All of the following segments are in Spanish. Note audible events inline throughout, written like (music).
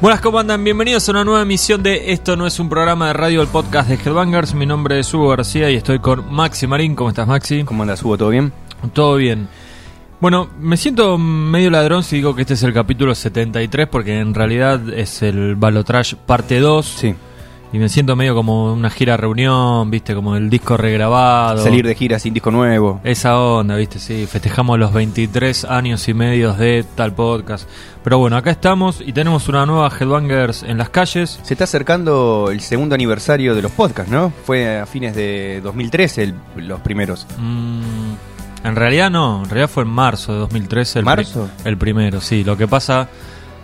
Buenas, ¿cómo andan? Bienvenidos a una nueva emisión de Esto no es un programa de radio, el podcast de Headbangers. Mi nombre es Hugo García y estoy con Maxi Marín. ¿Cómo estás, Maxi? ¿Cómo andas, Hugo? ¿Todo bien? Todo bien. Bueno, me siento medio ladrón si digo que este es el capítulo 73 porque en realidad es el Balotrash parte 2. Sí. Y me siento medio como una gira reunión, viste, como el disco regrabado. Salir de gira sin disco nuevo. Esa onda, viste, sí. Festejamos los 23 años y medios de tal podcast. Pero bueno, acá estamos y tenemos una nueva Headbangers en las calles. Se está acercando el segundo aniversario de los podcasts, ¿no? Fue a fines de 2013 el- los primeros. Mm, en realidad no, en realidad fue en marzo de 2013. El ¿Marzo? pri- el primero, sí. Lo que pasa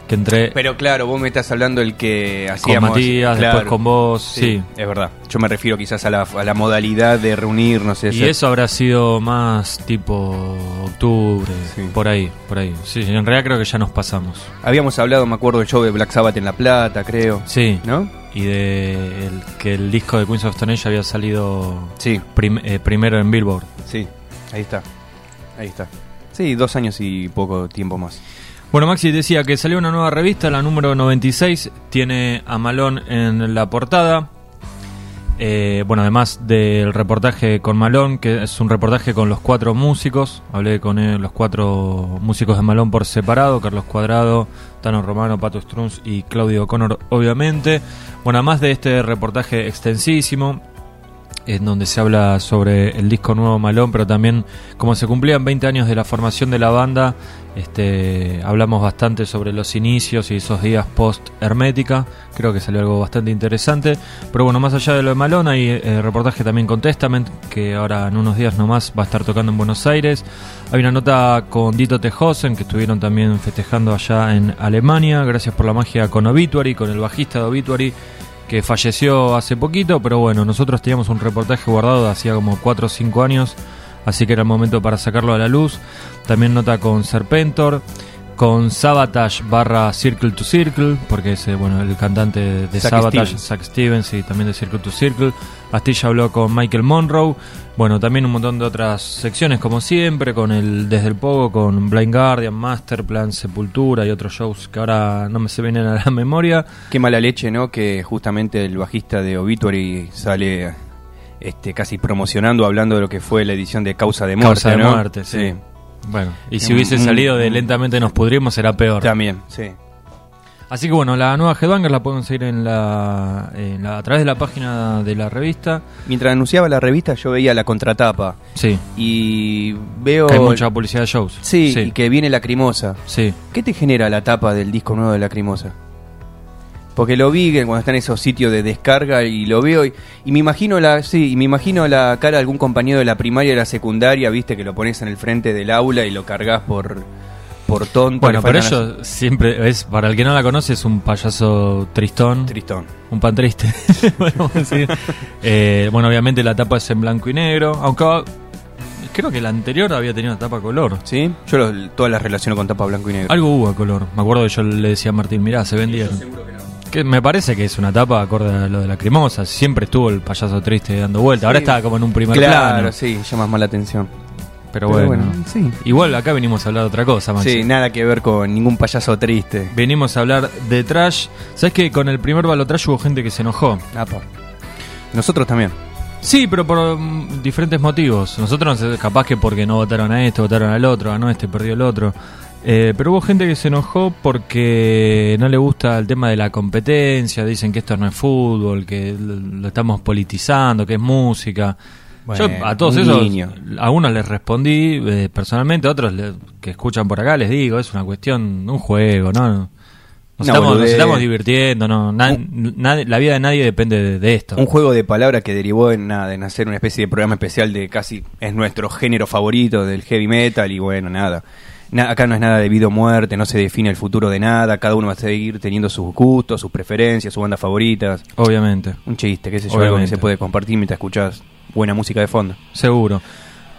que entre Pero claro, vos me estás hablando el que con hacíamos... Matías, claro. después con vos, sí. es verdad. Yo me refiero quizás a la, a la modalidad de reunirnos. Y eso habrá sido más tipo octubre, Sí. por ahí, por ahí. Sí, en realidad creo que ya nos pasamos. Habíamos hablado, me acuerdo, del show de Black Sabbath en La Plata, creo. Sí. ¿No? Y de el- que el disco de Queens of Stone Age había salido Sí, prim- eh, primero en Billboard. sí. Ahí está. Ahí está. Sí, dos años y poco tiempo más. Bueno, Maxi decía que salió una nueva revista, la número 96, tiene a Malón en la portada. Eh, bueno, además del reportaje con Malón, que es un reportaje con los cuatro músicos, hablé con eh, los cuatro músicos de Malón por separado, Carlos Cuadrado, Tano Romano, Pato Strunz y Claudio Connor, obviamente. Bueno, además de este reportaje extensísimo, en donde se habla sobre el disco nuevo Malón, pero también como se cumplían 20 años de la formación de la banda, este, hablamos bastante sobre los inicios y esos días post hermética, creo que salió algo bastante interesante, pero bueno, más allá de lo de Malón hay eh, reportaje también con Testament, que ahora en unos días nomás va a estar tocando en Buenos Aires, hay una nota con Dito Tejosen, que estuvieron también festejando allá en Alemania, gracias por la magia con Obituary, con el bajista de Obituary, que falleció hace poquito, pero bueno, nosotros teníamos un reportaje guardado de hacía como 4 o 5 años, así que era el momento para sacarlo a la luz. También nota con Serpentor, con Sabotage barra Circle to Circle, porque es eh, bueno, el cantante de Zack Sabotage, Stevens. Zack Stevens y también de Circle to Circle. Astilla habló con Michael Monroe, bueno, también un montón de otras secciones como siempre, con el Desde el Pogo, con Blind Guardian, Masterplan, Sepultura y otros shows que ahora no me se vienen a la (laughs) memoria. Qué mala leche, ¿no? Que justamente el bajista de Obituary sale este, casi promocionando, hablando de lo que fue la edición de Causa de Muerte. Causa de ¿no? muerte, sí. Bueno, y si hubiese Mm, mm, salido de mm. lentamente nos pudrimos, era peor. También, sí. Así que bueno, la nueva Headbanger la pueden seguir en la, en la- a través de la página de la revista. Mientras anunciaba la revista, yo veía la contratapa Sí, y veo. que hay mucha publicidad de shows. Sí, sí. y que viene Lacrimosa. sí. ¿Qué te genera la tapa del disco nuevo de Lacrimosa? Porque lo vi que cuando están esos sitios de descarga y lo veo y, y me imagino la sí, y me imagino la cara de algún compañero de la primaria y de la secundaria, viste que lo pones en el frente del aula y lo cargas por por tonto. Bueno, le pero faltan ellos siempre, es, para el que no la conoce, es un payaso tristón. las- Tristón. Un pan triste, (laughs) podemos decir. Eh, bueno, obviamente la tapa es en blanco y negro, aunque ah, creo que la anterior había tenido una tapa a color. ¿Sí? Yo los- todas las relaciono con tapa blanco y negro. Algo hubo a color. Me acuerdo que yo le decía a Martín, mirá, se vendieron. Que me parece que es una tapa acorde a lo de la cremosa. Siempre estuvo el payaso triste dando vuelta. Ahora Sí. está como en un primer claro, plano. sí, llamas más la atención. Pero, bueno. sí. Igual acá venimos a hablar de otra cosa, Maxi. Sí, nada que ver con ningún payaso triste. Venimos a hablar de trash. ¿Sabes que con el primer balotrash hubo gente que se enojó? Apa. Nosotros también. Sí, pero por mm, diferentes motivos. Nosotros eh, capaz que porque no votaron a este, votaron al otro, ganó este, perdió el otro. Eh, pero hubo gente que se enojó porque no le gusta el tema de la competencia, dicen que esto no es fútbol, que l- lo estamos politizando, que es música. Bueno, Yo a todos un esos, niño. a unos les respondí eh, personalmente, a otros le- que escuchan por acá les digo, es una cuestión, un juego, ¿no? Nos, Una estamos, nos boludez. estamos divirtiendo, no, na- nadie- la vida de nadie depende de, de esto. Un juego de palabras que derivó en nada, en hacer una especie de programa especial de casi es nuestro género favorito del heavy metal y bueno, nada. Na- acá no es nada de vida o muerte, no se define el futuro de nada, cada uno va a seguir teniendo sus gustos, sus preferencias, sus bandas favoritas. Obviamente. Un chiste, qué sé yo, algo que Obviamente. se puede compartir mientras escuchás buena música de fondo. Seguro.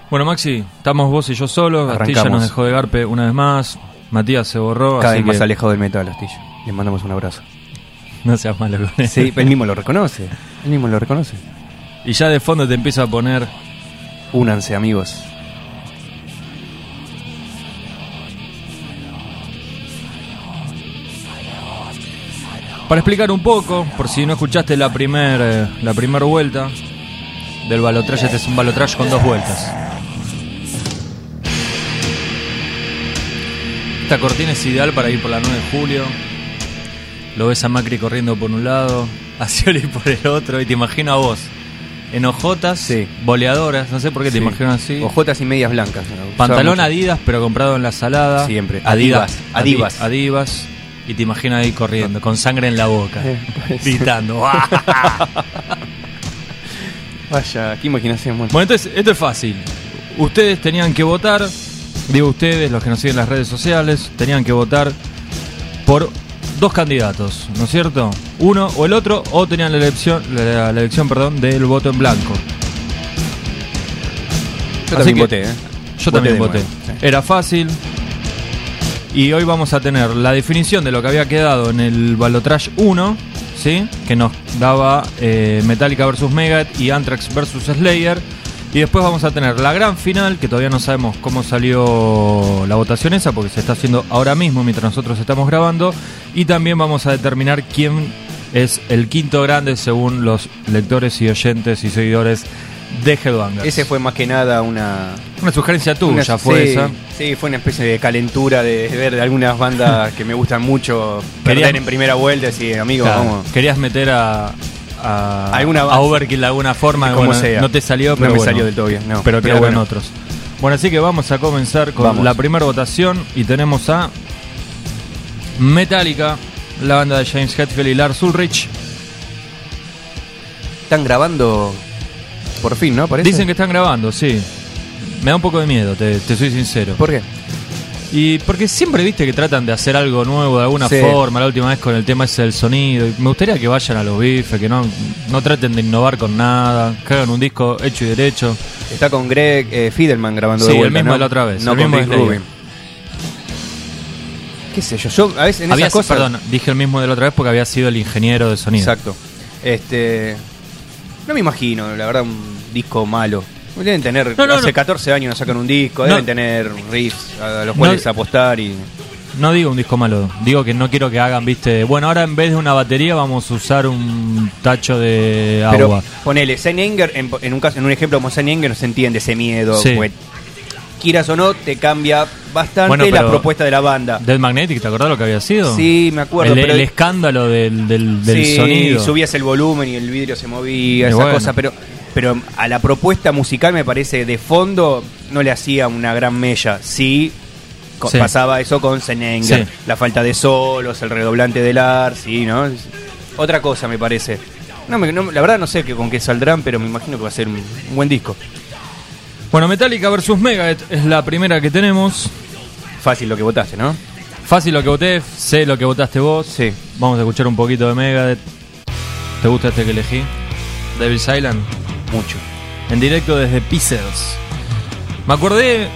Bueno, Maxi, estamos vos y yo solos. Astilla Arrancamos. nos dejó de garpe una vez más. Matías se borró. Cada así vez más que alejado del metal, Astilla. Le mandamos un abrazo. (laughs) No seas malo con eso. Sí, él mismo lo reconoce, él mismo lo reconoce. Y ya de fondo te empieza a poner. Únanse, amigos. Para explicar un poco, por si no escuchaste la primer, eh, la primer vuelta del balotraje, este es un balotraje con dos vueltas. Esta cortina es ideal para ir por la 9 de julio. Lo ves a Macri corriendo por un lado, a Scioli por el otro, y te imagino a vos. En ojotas, Sí. boleadoras, no sé por qué te Sí. imagino así. Ojotas y medias blancas. me gustaba Pantalón mucho. Adidas, pero comprado en la salada. Siempre. Adidas. Adivas, Adi- Adivas. Y te imaginas ahí corriendo, con sangre en la boca. Eh, gritando. (laughs) ¡Ah! Vaya, qué imaginación. bueno. bueno, entonces, esto es fácil. Ustedes tenían que votar, digo ustedes, los que nos siguen en las redes sociales, tenían que votar por dos candidatos, ¿no es cierto? Uno o el otro, o tenían la elección, la, la elección perdón, del voto en blanco. así Yo también que- voté, ¿eh? Yo también de voté. nuevo, sí. Era fácil. Y hoy vamos a tener la definición de lo que había quedado en el Balotrash 1, ¿sí? que nos daba eh, Metallica vs. Megadeth y Anthrax vs. Slayer. Y después vamos a tener la gran final, que todavía no sabemos cómo salió la votación esa, porque se está haciendo ahora mismo mientras nosotros estamos grabando. Y también vamos a determinar quién es el quinto grande según los lectores y oyentes y seguidores de Headbangers. Ese fue más que nada una. Una sugerencia tuya una- fue sí, esa. Sí, fue una especie de calentura de, de ver de (laughs) algunas bandas que me gustan mucho Querían- perder en primera vuelta. Así, amigo, Claro, vamos. Querías meter a, a, Alguna a base. Overkill de alguna forma. Como bueno, sea. No te salió, No pero me bueno. salió del todo bien, no. pero Pero quedó en bueno. otros. Bueno, así que vamos a comenzar con Vamos. la primera votación y tenemos a Metallica, la banda de James Hetfield y Lars Ulrich. Están grabando por fin, ¿no? Parece. Dicen que están grabando, sí. Me da un poco de miedo, te, te soy sincero. ¿Por qué? Y porque siempre viste que tratan de hacer algo nuevo de alguna Sí. forma, la última vez con el tema ese del sonido. Y Me gustaría que vayan a los bifes, que no, no traten de innovar con nada, que hagan un disco hecho y derecho. Está con Greg eh, Fidelman grabando Sí, de el vuelta, mismo ¿no? de la otra vez, No el con mismo Rick de Slayer. Rubin. ¿Qué sé yo? Yo a veces en Había, esas cosas... Perdón, dije el mismo de la otra vez porque había sido el ingeniero de sonido. Exacto. Este... No me imagino, la verdad, un disco malo. Deben tener... No, no, hace no. 14 años no sacan un disco. No. Deben tener riffs a los cuales No. apostar y... No digo un disco malo, digo que no quiero que hagan, viste, bueno, ahora en vez de una batería vamos a usar un tacho de Pero agua. ponele, Zen Anger, en, en un caso, en un ejemplo como Zen Anger, no se entiende ese miedo. Sí. porque Quieras o no, te cambia bastante Bueno, la pero- propuesta de la banda. Dead Magnetic, ¿te acordás lo que había sido? Sí, me acuerdo, El, pero- el escándalo del, del, del Sí, sonido. subías el volumen y el vidrio se movía, Y esa bueno. cosa, pero pero a la propuesta musical me parece de fondo no le hacía una gran mella. Sí, co- Sí. pasaba eso con Senenger, Sí. la falta de solos, el redoblante del ar, sí, ¿no? Es- Otra cosa me parece. No, me- no- la verdad no sé que, con qué saldrán, pero me imagino que va a ser un, un buen disco. Bueno, Metallica versus Megadeth es la primera que tenemos. Fácil lo que votaste, ¿no? Fácil lo que voté, sé lo que votaste vos. Sí. Vamos a escuchar un poquito de Megadeth. ¿Te gusta este que elegí? Devil's Island. Mucho. En directo desde Pixels. Me acordé,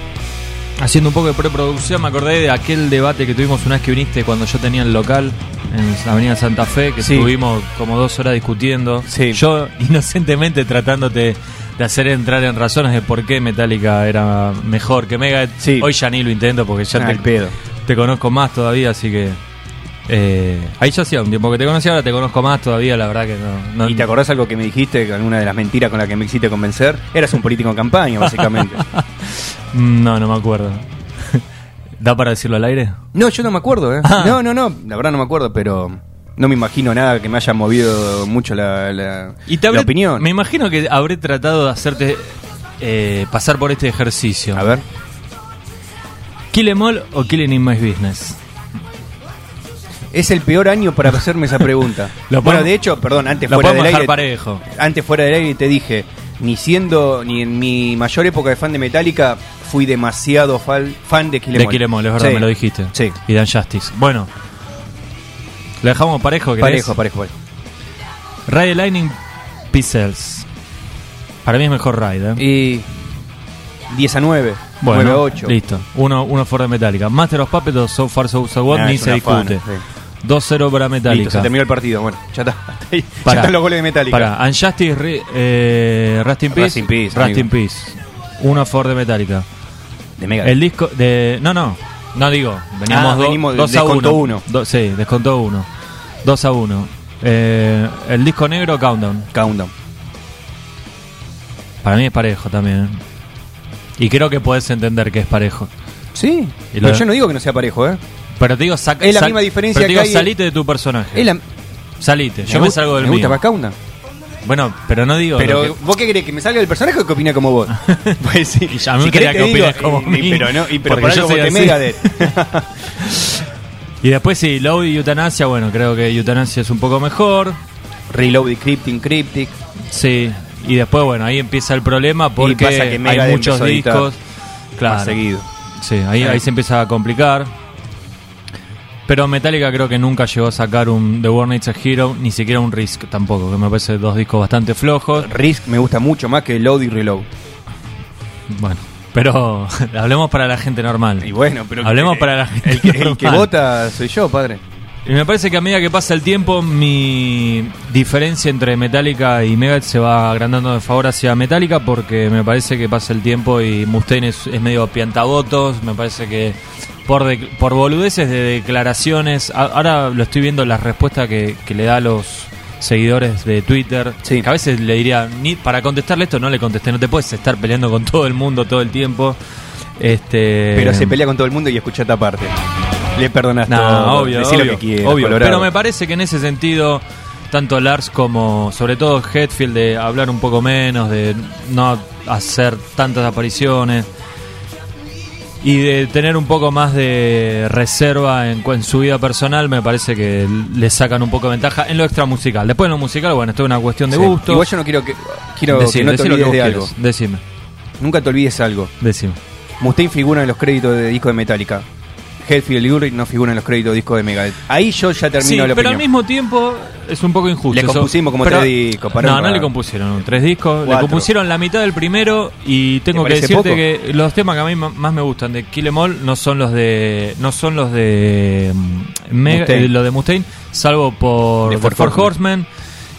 haciendo un poco de preproducción, me acordé de aquel debate que tuvimos una vez que viniste cuando yo tenía el local en Avenida Santa Fe, que Sí. estuvimos como dos horas discutiendo. Sí. Yo (laughs) inocentemente tratándote de hacer entrar en razones de por qué Metallica era mejor que Megadeth. Sí. Hoy ya ni lo intento porque ya Ah, te, el pedo. te conozco más todavía, así que... eh, ahí ya hacía un tiempo que te conocía, ahora te conozco más todavía, la verdad que no... no- ¿Y te acordás algo que me dijiste, alguna de las mentiras con las que me quisiste convencer? Eras un político en (laughs) campaña, básicamente. No, no me acuerdo. (laughs) ¿Da para decirlo al aire? No, yo no me acuerdo, ¿eh? Ah. No, no, no, la verdad no me acuerdo, pero no me imagino nada que me haya movido mucho la, la- la habré- opinión. Me imagino que habré tratado de hacerte eh, pasar por este ejercicio. A ver, ¿Kill em all o Killing in my business? es el peor año para hacerme esa pregunta. (laughs) Lo bueno, podemos- de hecho, perdón, antes Lo fuera podemos del dejar aire, parejo. antes fuera del aire te dije, ni siendo ni en mi mayor época de fan de Metallica fui demasiado fal- fan de Kill Em De All. Kill em all, es verdad, Sí. me lo dijiste. Sí. Y Dan Justice. Bueno. Lo dejamos parejo, ¿querés? Parejo, parejo, parejo. Ride Lightning Pixels. Para mí es mejor Ride, ¿eh? Y 10 a 9, 9 a Bueno, 8. listo. Uno, uno fuera de Metallica. Master of Puppets o So Far So, So What Nah, ni Ah, es se una fan, discute. sí. 2-0 para Metallica. Listo, se terminó el partido, bueno, ya está. (laughs) Hasta ahí. Ya Pará. están los goles de Metallica. Para, Unjustice, Ri- eh, Rust in Peace. Rust in Peace, Rust amigo. in Peace. Uno a favor de Metallica. De Megadeth. El disco de. No, no. No digo. Veníamos, Ah, do- venimos- dos a descontó uno. uno. Do- sí, descontó uno. 2 a 1. Eh, el disco negro, Countdown. Countdown. Para mí es parejo también. ¿eh? Y creo que puedes entender que es parejo. Sí. Y Pero lo- yo no digo que no sea parejo, ¿eh? Pero te digo, saca. Es la sal- misma diferencia pero te que digo, hay- salite de tu personaje. Es la- Salite. Yo me, gu- salgo del Me gusta mío. más Countdown. Bueno, pero no digo. Pero, lo que- ¿vos qué crees? ¿Que me salga el personaje o que opina como vos? (laughs) pues sí. Y ya me gustaría que te digo, opines como y- y- mí, Pero no, y, pero porque por yo algo soy voté así. Megadeth. (laughs) Y después sí, Low y Eutanasia. Bueno, creo que Eutanasia es un poco mejor. Reload, Decrypting, Cryptic. Sí. Y después, bueno, ahí empieza el problema Y porque pasa que Megadeth hay muchos empezó a editar discos. Claro. Más seguido. Sí, ahí, ahí se empieza a complicar. Pero Metallica creo que nunca llegó a sacar un The War Needs a Hero, ni siquiera un Risk tampoco, que me parece dos discos bastante flojos. Risk me gusta mucho más que Load y Reload. Bueno, pero (laughs) hablemos para la gente normal. Y bueno, pero. Hablemos para la gente El que, el que normal. vota soy yo, padre. Y me parece que a medida que pasa el tiempo, mi diferencia entre Metallica y Megadeth se va agrandando de favor hacia Metallica porque me parece que pasa el tiempo y Mustaine es, es medio piantabotos, me parece que por, de- por boludeces de declaraciones, a- ahora lo estoy viendo las respuestas que, que le da a los seguidores de Twitter, Sí. que a veces le diría, ni para contestarle esto no le contesté, no te puedes estar peleando con todo el mundo todo el tiempo. Este, Pero se pelea con todo el mundo y escuchate aparte. Le perdonas no, todo. obvio, Decí obvio, lo que quieras, obvio. Colorado. Pero me parece que en ese sentido, tanto Lars como sobre todo Hetfield de hablar un poco menos, de no hacer tantas apariciones y de tener un poco más de reserva en, cu- en su vida personal, me parece que le sacan un poco de ventaja en lo extra musical. Después en lo musical, bueno, esto es una cuestión de Sí. gusto. Igual yo no quiero que. Quiero Decí- que no te decí lo que olvides de vos algo. quieras. Decime, Nunca te olvides algo. decime. Mustaine figura en los créditos de disco de Metallica. Hetfield y Ulrich no figuran en los créditos de disco de Megadeth. Ahí yo ya termino sí, la pero al opinión. mismo tiempo es un poco injusto. Le eso. compusimos como Pero- tres discos, pará No, un no le rato. compusieron tres discos. Le Cuatro. compusieron la mitad del primero y tengo que parece decirte poco? que los temas que a mí ma- más me gustan de Kill Em All no son los de no son los de mm, Mega- Mustaine. eh, lo de Mustaine, salvo por De The Four Four Horsemen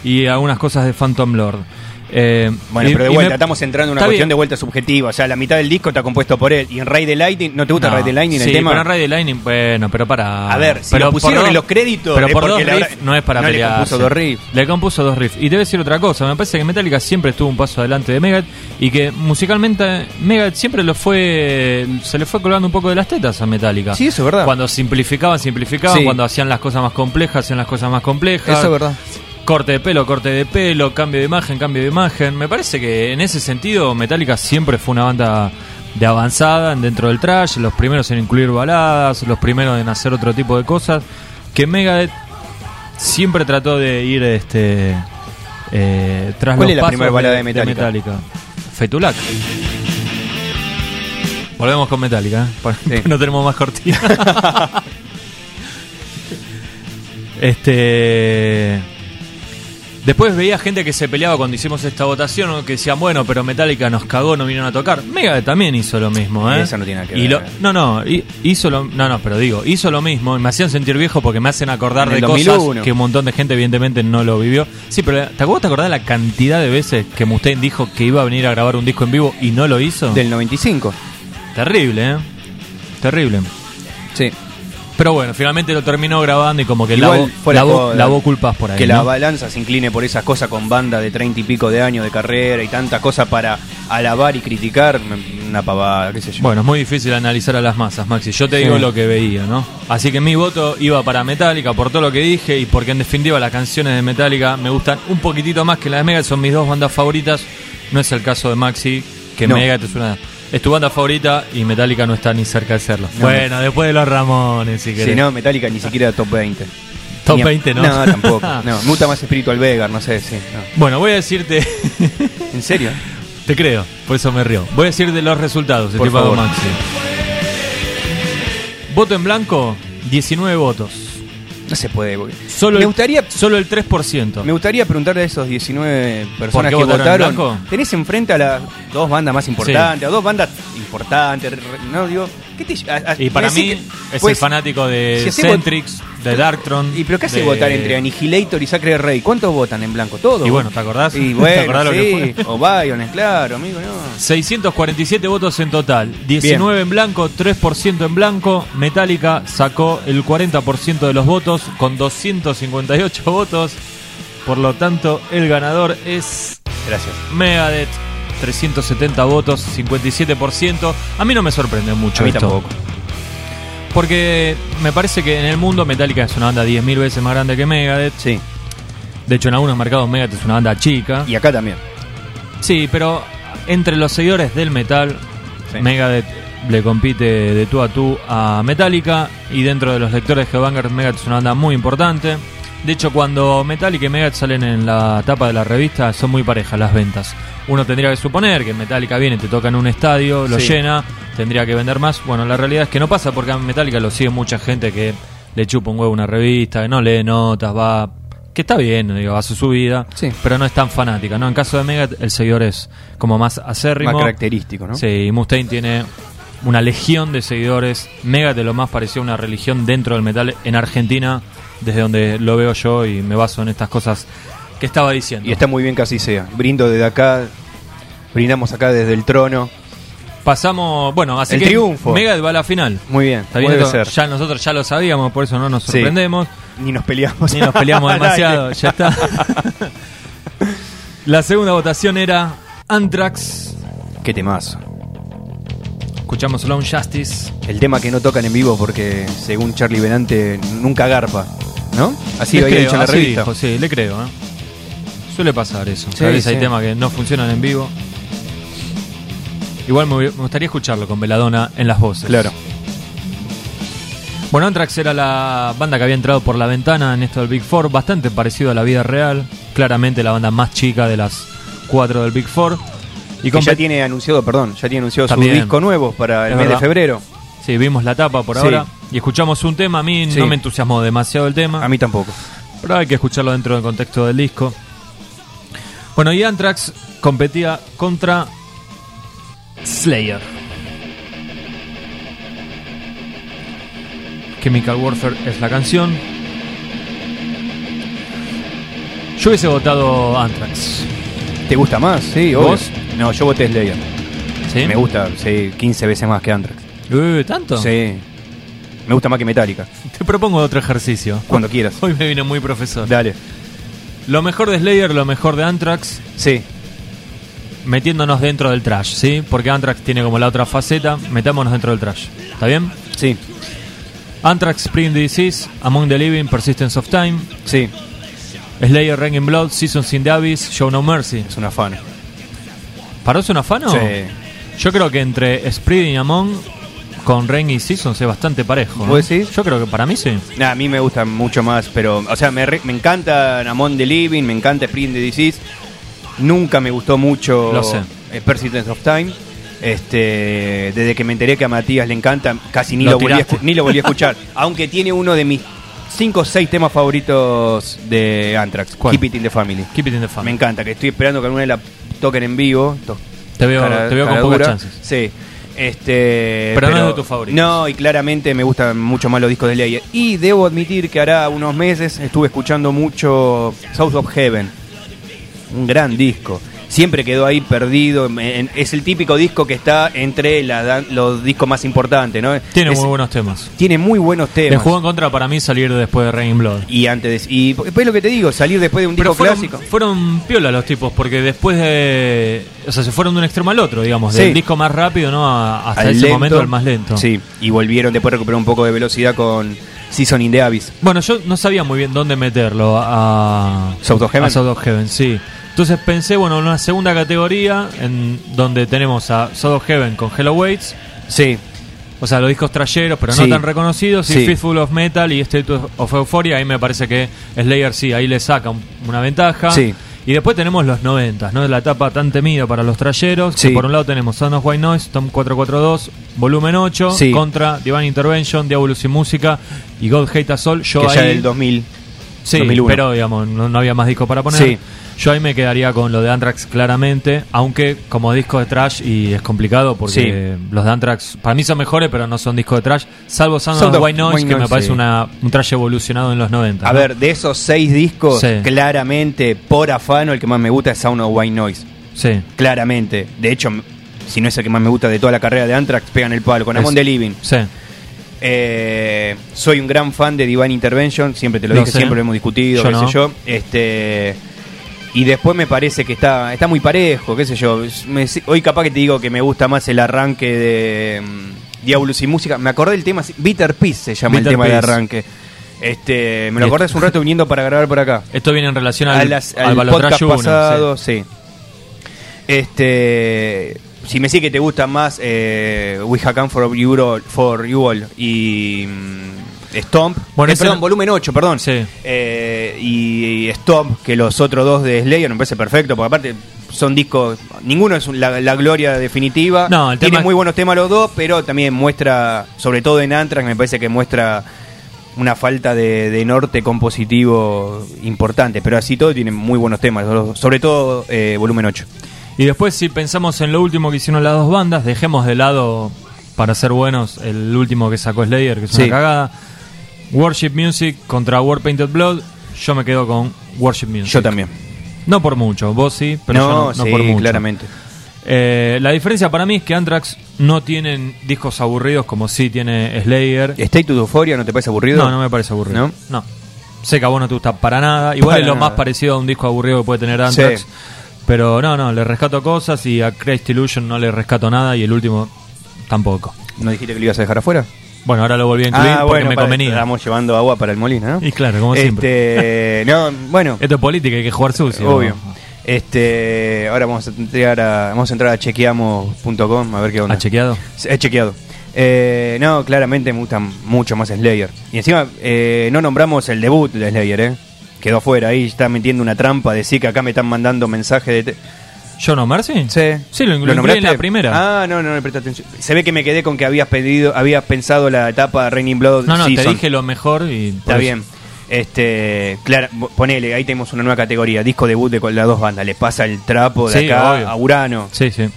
y algunas cosas de Phantom Lord. Eh, Bueno, y- pero de y vuelta, me- estamos entrando en una Está cuestión bien. de vuelta subjetiva. O sea, la mitad del disco está compuesto por él. Y en Ray the Lightning, ¿no te gusta No, Ray the Lightning sí, el tema? pero en Ray the Lightning, bueno, pero para. A ver, si pero lo pusieron por en los créditos, Pero es por dos porque la riffs verdad- no es para no le pelear. compuso dos riffs. Le compuso dos riffs. Y te voy a decir otra cosa. Me parece que Metallica siempre estuvo un paso adelante de Megadeth y que musicalmente Megadeth siempre lo fue. Se le fue colgando un poco de las tetas a Metallica. Sí, eso es verdad. Cuando simplificaban, simplificaban. Sí. Cuando hacían las cosas más complejas, hacían las cosas más complejas. Corte de pelo, corte de pelo, cambio de imagen, cambio de imagen. Me parece que en ese sentido Metallica siempre fue una banda de avanzada dentro del trash, los primeros en incluir baladas, los primeros en hacer otro tipo de cosas, que Megadeth siempre trató de ir este eh, tras ¿Cuál los es la pasos primera balada de Metallica? Fetulac. Volvemos con Metallica, ¿eh? Por- Sí. (laughs) no tenemos más cortina. Este. Después veía gente que se peleaba cuando hicimos esta votación, ¿no? que decían, bueno, pero Metallica nos cagó, no vinieron a tocar. Megadeth también hizo lo mismo, Y ¿eh? eso no tiene nada que Y ver. lo- no, no, hi- hizo lo, no, no, pero digo, hizo lo mismo, y me hacían sentir viejo porque me hacen acordar En de el 2001. cosas que un montón de gente evidentemente no lo vivió. Sí, pero ¿te acuerdas te acordás la cantidad de veces que Mustaine dijo que iba a venir a grabar un disco en vivo y no lo hizo? Del 95. Terrible, ¿eh? Terrible. Sí. Pero bueno, finalmente lo terminó grabando y como que Igual lavó, fuera lavó- joda, lavó culpas por ahí. Que ¿no? la balanza se incline por esas cosas con banda de treinta y pico de años de carrera y tanta cosa para alabar y criticar. me- Una pavada, qué sé yo. Bueno, es muy difícil analizar a las masas, Maxi. Yo te digo Sí. lo que veía, ¿no? Así que mi voto iba para Metallica por todo lo que dije y porque en definitiva las canciones de Metallica me gustan un poquitito más que las de Megadeth, son mis dos bandas favoritas. No es el caso de Maxi, que No. Megadeth es una es tu banda favorita y Metallica no está ni cerca de serlo. No. Bueno, después de los Ramones, si querés. si no, Metallica ni siquiera top 20. Top Ni a- 20 no. No, (laughs) tampoco. No, me gusta más Spiritual Vegar, no sé, sí. no. Bueno, voy a decirte (laughs) ¿En serio? Te creo, por eso me río. Voy a decir de los resultados, Por estimado favor. Maxi. Voto en blanco, 19 votos. No se puede. porque- Solo me, el, gustaría, Solo el 3%. me gustaría preguntarle a esos 19 ¿Por personas qué que votaron en votaron. blanco? tenés enfrente a las dos bandas más importantes, a dos bandas importantes. re- re- No, digo, ¿qué te- a- a- y para decí mí que- es pues, el fanático de si hacemos- Centrix, de Darktron. ¿Y pero qué hace de- votar entre Annihilator y Sacred Rey? ¿Cuántos votan en blanco? ¿Todos? Y bueno, ¿te acordás? (laughs) Y ¿Te bueno, acordás lo que sí. O Biones, claro, amigo, no. 647 votos en total, 19 en blanco, 3% en blanco. Metallica sacó el 40% de los votos con 258 votos. Por lo tanto, el ganador es Gracias. Megadeth. 370 votos, 57%. A mí no me sorprende mucho A mí esto. tampoco. Porque me parece que en el mundo Metallica es una banda 10.000 veces más grande que Megadeth. Sí. De hecho, en algunos mercados Megadeth es una banda chica. Y acá también. Sí, pero entre los seguidores del metal, Sí. Megadeth le compite de tú a tú a Metallica y dentro de los lectores de Headbangers Megadeth es una banda muy importante. De hecho, cuando Metallica y Megadeth salen en la tapa de la revista, son muy parejas las ventas. Uno tendría que suponer que Metallica viene, te toca en un estadio, lo Sí. llena, tendría que vender más. Bueno, la realidad es que no pasa porque a Metallica lo sigue mucha gente que le chupa un huevo una revista, que no lee notas, va... Que está bien, digo, hace su vida Sí. pero no es tan fanática, ¿no? En caso de Megadeth, el seguidor es como más acérrimo. Más característico, ¿no? Sí, y Mustaine tiene una legión de seguidores. Megadeth lo más parecía una religión dentro del metal en Argentina, desde donde lo veo yo y me baso en estas cosas que estaba diciendo. Y está muy bien que así sea. Brindo desde acá, brindamos acá desde el trono. Pasamos, bueno, así El que triunfo. Megadeth va a la final. Muy bien, Está bien, puede esto? ser. Ya nosotros ya lo sabíamos, por eso no nos Sí. (laughs) sorprendemos. Ni nos peleamos. Ni nos peleamos (laughs) Al demasiado, aire. ya está. (laughs) la segunda votación era Anthrax. Qué temazo. Escuchamos Long Justice. El tema que no tocan en vivo porque, según Charlie Benante, nunca garpa. ¿No? Así lo había dicho en la así revista. dijo, sí, le creo. ¿eh? Suele pasar eso. Sí, a veces hay sí. temas que no funcionan en vivo. Igual me hubi- me gustaría escucharlo con Veladona en las voces. Claro. Bueno, Anthrax era la banda que había entrado por la ventana en esto del Big Four, bastante parecido a la vida real. Claramente la banda más chica de las cuatro del Big Four. Y Que con ya tiene anunciado, perdón, ya tiene anunciado También. su disco nuevo para el Es mes verdad. de febrero. Sí, vimos la tapa por Sí. ahora y escuchamos un tema. A mí Sí. no me entusiasmó demasiado el tema. A mí tampoco. Pero hay que escucharlo dentro del contexto del disco. Bueno, y Anthrax competía contra Slayer. Chemical Warfare es la canción. Yo hubiese votado Anthrax. ¿Te gusta más? Sí, obvio. ¿Vos? No, yo voté Slayer. ¿Sí? Me gusta, sí, 15 veces más que Anthrax. Uh, ¿Tanto? Sí. Me gusta más que Metallica. Te propongo otro ejercicio. Cuando quieras. Hoy me vino muy profesor. Dale. Lo mejor de Slayer, lo mejor de Anthrax, Sí. metiéndonos dentro del trash, ¿sí? Porque Anthrax tiene como la otra faceta, metámonos dentro del trash. ¿Está bien? Sí. Anthrax Spring Disease, Among the Living, Persistence of Time, Sí. Slayer Rain in Blood, Seasons in the Abyss, Show No Mercy. Es una fan. ¿Para vos es un afano? Sí. Yo creo que entre Spring y Among con Rain y Seasons es bastante parejo. ¿no? ¿Vos decís? Yo creo que para mí sí. Nah, a mí me gusta mucho más, pero. O sea, me, re- me encanta Namon the Living, me encanta Spring the Disease. Nunca me gustó mucho Lo sé. eh, Persistence of Time. Este, desde que me enteré que a Matías le encanta, casi ni Lo lo, volví, a, tiraste. escu- ni lo volví a escuchar. (laughs) aunque tiene uno de mis 5 o 6 temas favoritos de Anthrax, ¿Cuál? Keep It in the Family. Keep it in the Me family. encanta, que estoy esperando que alguna de la toquen en vivo. Estos Te veo, cara- te veo con cara pocas dura. chances. Sí. Este, Pero no es de tus favoritos. No, y claramente me gustan mucho más los discos de Slayer. Y debo admitir que hará unos meses estuve escuchando mucho South of Heaven. Un gran disco. Siempre quedó ahí perdido. en- en- es el típico disco que está entre la dan- los discos más importantes, ¿no? Tiene Es- muy buenos temas. tiene muy buenos Le temas. jugó en contra para mí salir después de Rain in Blood. Y antes de- y después lo que te digo, salir después de un Pero disco fueron, clásico. fueron piola los tipos, porque después de. O sea, se fueron de un extremo al otro, digamos. Sí. Del disco más rápido, ¿no? A- hasta al ese lento. momento el más lento. Sí, y volvieron después a recuperar un poco de velocidad con Season in the Abyss. Bueno, yo no sabía muy bien dónde meterlo a South of Heaven. a South of Heaven, sí. Entonces pensé, bueno, en una segunda categoría en donde tenemos a South of Heaven con Hello Waits, Sí, o sea, los discos trayeros, pero no Sí. tan reconocidos, y Sí. Fistful of Metal y State of Euphoria, ahí me parece que Slayer sí, ahí le saca un- una ventaja. Sí. Y después tenemos los 90, ¿no? La etapa tan temida para los trayeros. que Sí. Por un lado tenemos Sound of White Noise, Tom 442, Volumen 8, Sí. contra Divine Intervention, Diabolus y Música y God Hate Us All. Yo que ya ahí- del 2000. Sí, 2001. pero digamos, no, no había más disco para poner. Sí. Yo ahí me quedaría con lo de Anthrax claramente, aunque como disco de trash y es complicado porque los de Anthrax para mí son mejores, pero no son discos de trash, salvo Sound, Sound of of White Noise, White que me Noise, parece sí. una, un trash evolucionado en los 90. A ¿no? ver, de esos seis discos, Sí. claramente, por afano, el que más me gusta es Sound of White Noise. Sí. Claramente. De hecho, m- si no es el que más me gusta de toda la carrera de Anthrax, pegan el palo con Es- Amon the Living. Sí. Eh, soy un gran fan de Divine Intervention, siempre te lo Lo dije, sé. siempre lo hemos discutido, Yo qué no. sé yo. Este, y después me parece que está, está muy parejo, qué sé yo. Es- me- hoy capaz que te digo que me gusta más el arranque de mm, Diablos y Música. Me acordé del tema, sí, Bitter Peace se llama Bitter el tema de Peace. arranque. Este, me lo Y acordé es- hace un rato viniendo para grabar por acá. Esto viene en relación al, A las- al al Balotrash podcast 1, sí. pasado, sí. Este, si me sí que te gustan más eh, We Hack for You All- for You All y mm, Stomp, Bueno, eh, ese- perdón, volumen 8, perdón. Sí. Eh, y, y Stomp, que los otros dos de Slayer me parece perfecto, porque aparte son discos, ninguno es un- la, la gloria definitiva. No, el tema Tienen es- muy buenos temas los dos, pero también muestra, sobre todo en Anthrax, me parece que muestra una falta de, de norte compositivo importante, pero así todo tiene muy buenos temas, so- sobre todo eh, volumen 8. Y después, si pensamos en lo último que hicieron las dos bandas, dejemos de lado, para ser buenos, el último que sacó Slayer, que es Sí. una cagada. Worship Music contra War Painted Blood. Yo me quedo con Worship Music. Yo también. No por mucho, vos sí, pero yo no, no sí, por mucho. claramente. Eh, la diferencia para mí es que Anthrax no tienen discos aburridos como sí tiene Slayer. ¿State to Euphoria no te parece aburrido? No, no me parece aburrido. ¿No? No. Sé que a vos no te gusta para nada. Igual Para es lo nada. más parecido a un disco aburrido que puede tener Anthrax. Sí. Pero no, no, le rescato cosas y a Crazy Illusion no le rescato nada y el último tampoco. ¿No dijiste que lo ibas a dejar afuera? Bueno, ahora lo volví a incluir porque me Ah, para- convenía. Estamos llevando agua para el molino, ¿no? Y claro, como siempre. (laughs) No, bueno, Esto es política, hay que jugar sucio. obvio. Este, ahora vamos a entrar a, vamos a, entrar a chequeamos.com a ver qué onda. ¿Ha chequeado? Sí, He chequeado. Eh, no, claramente me gustan mucho más Slayer. Y encima, eh, no nombramos el debut de Slayer, ¿eh? Quedó fuera ahí, está metiendo una trampa. Decir que acá me están mandando mensaje de. te- ¿Yo no, Mercy? Sí, lo incluí nombraste? en la primera. Ah, no, no, no presté atención. Se ve que me quedé con que habías pedido, habías pensado la etapa Raining Blood. no, no, te Season. dije lo mejor y. por Está eso. bien. Este, claro, ponele, ahí tenemos una nueva categoría, disco debut de con las dos bandas. Le pasa el trapo de Sí, acá obvio. a Urano. Sí, sí. Eh.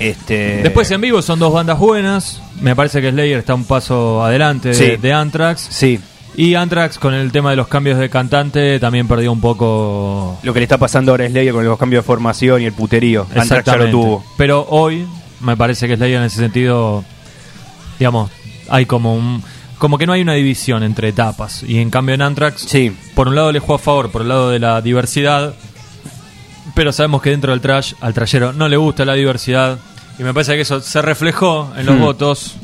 Este, Después en vivo son dos bandas buenas. Me parece que Slayer está un paso adelante Sí. de, de Anthrax. Sí, Y Anthrax con el tema de los cambios de cantante también perdió un poco. lo que le está pasando ahora a Slayer con los cambios de formación y el puterío. Anthrax ya lo Exactamente. tuvo. Pero hoy me parece que Slayer en ese sentido, digamos, hay como un como que no hay una división entre etapas y en cambio en Anthrax Sí. por un lado le juega a favor, por el lado de la diversidad, pero sabemos que dentro del trash al trayero no le gusta la diversidad y me parece que eso se reflejó en los Hmm. votos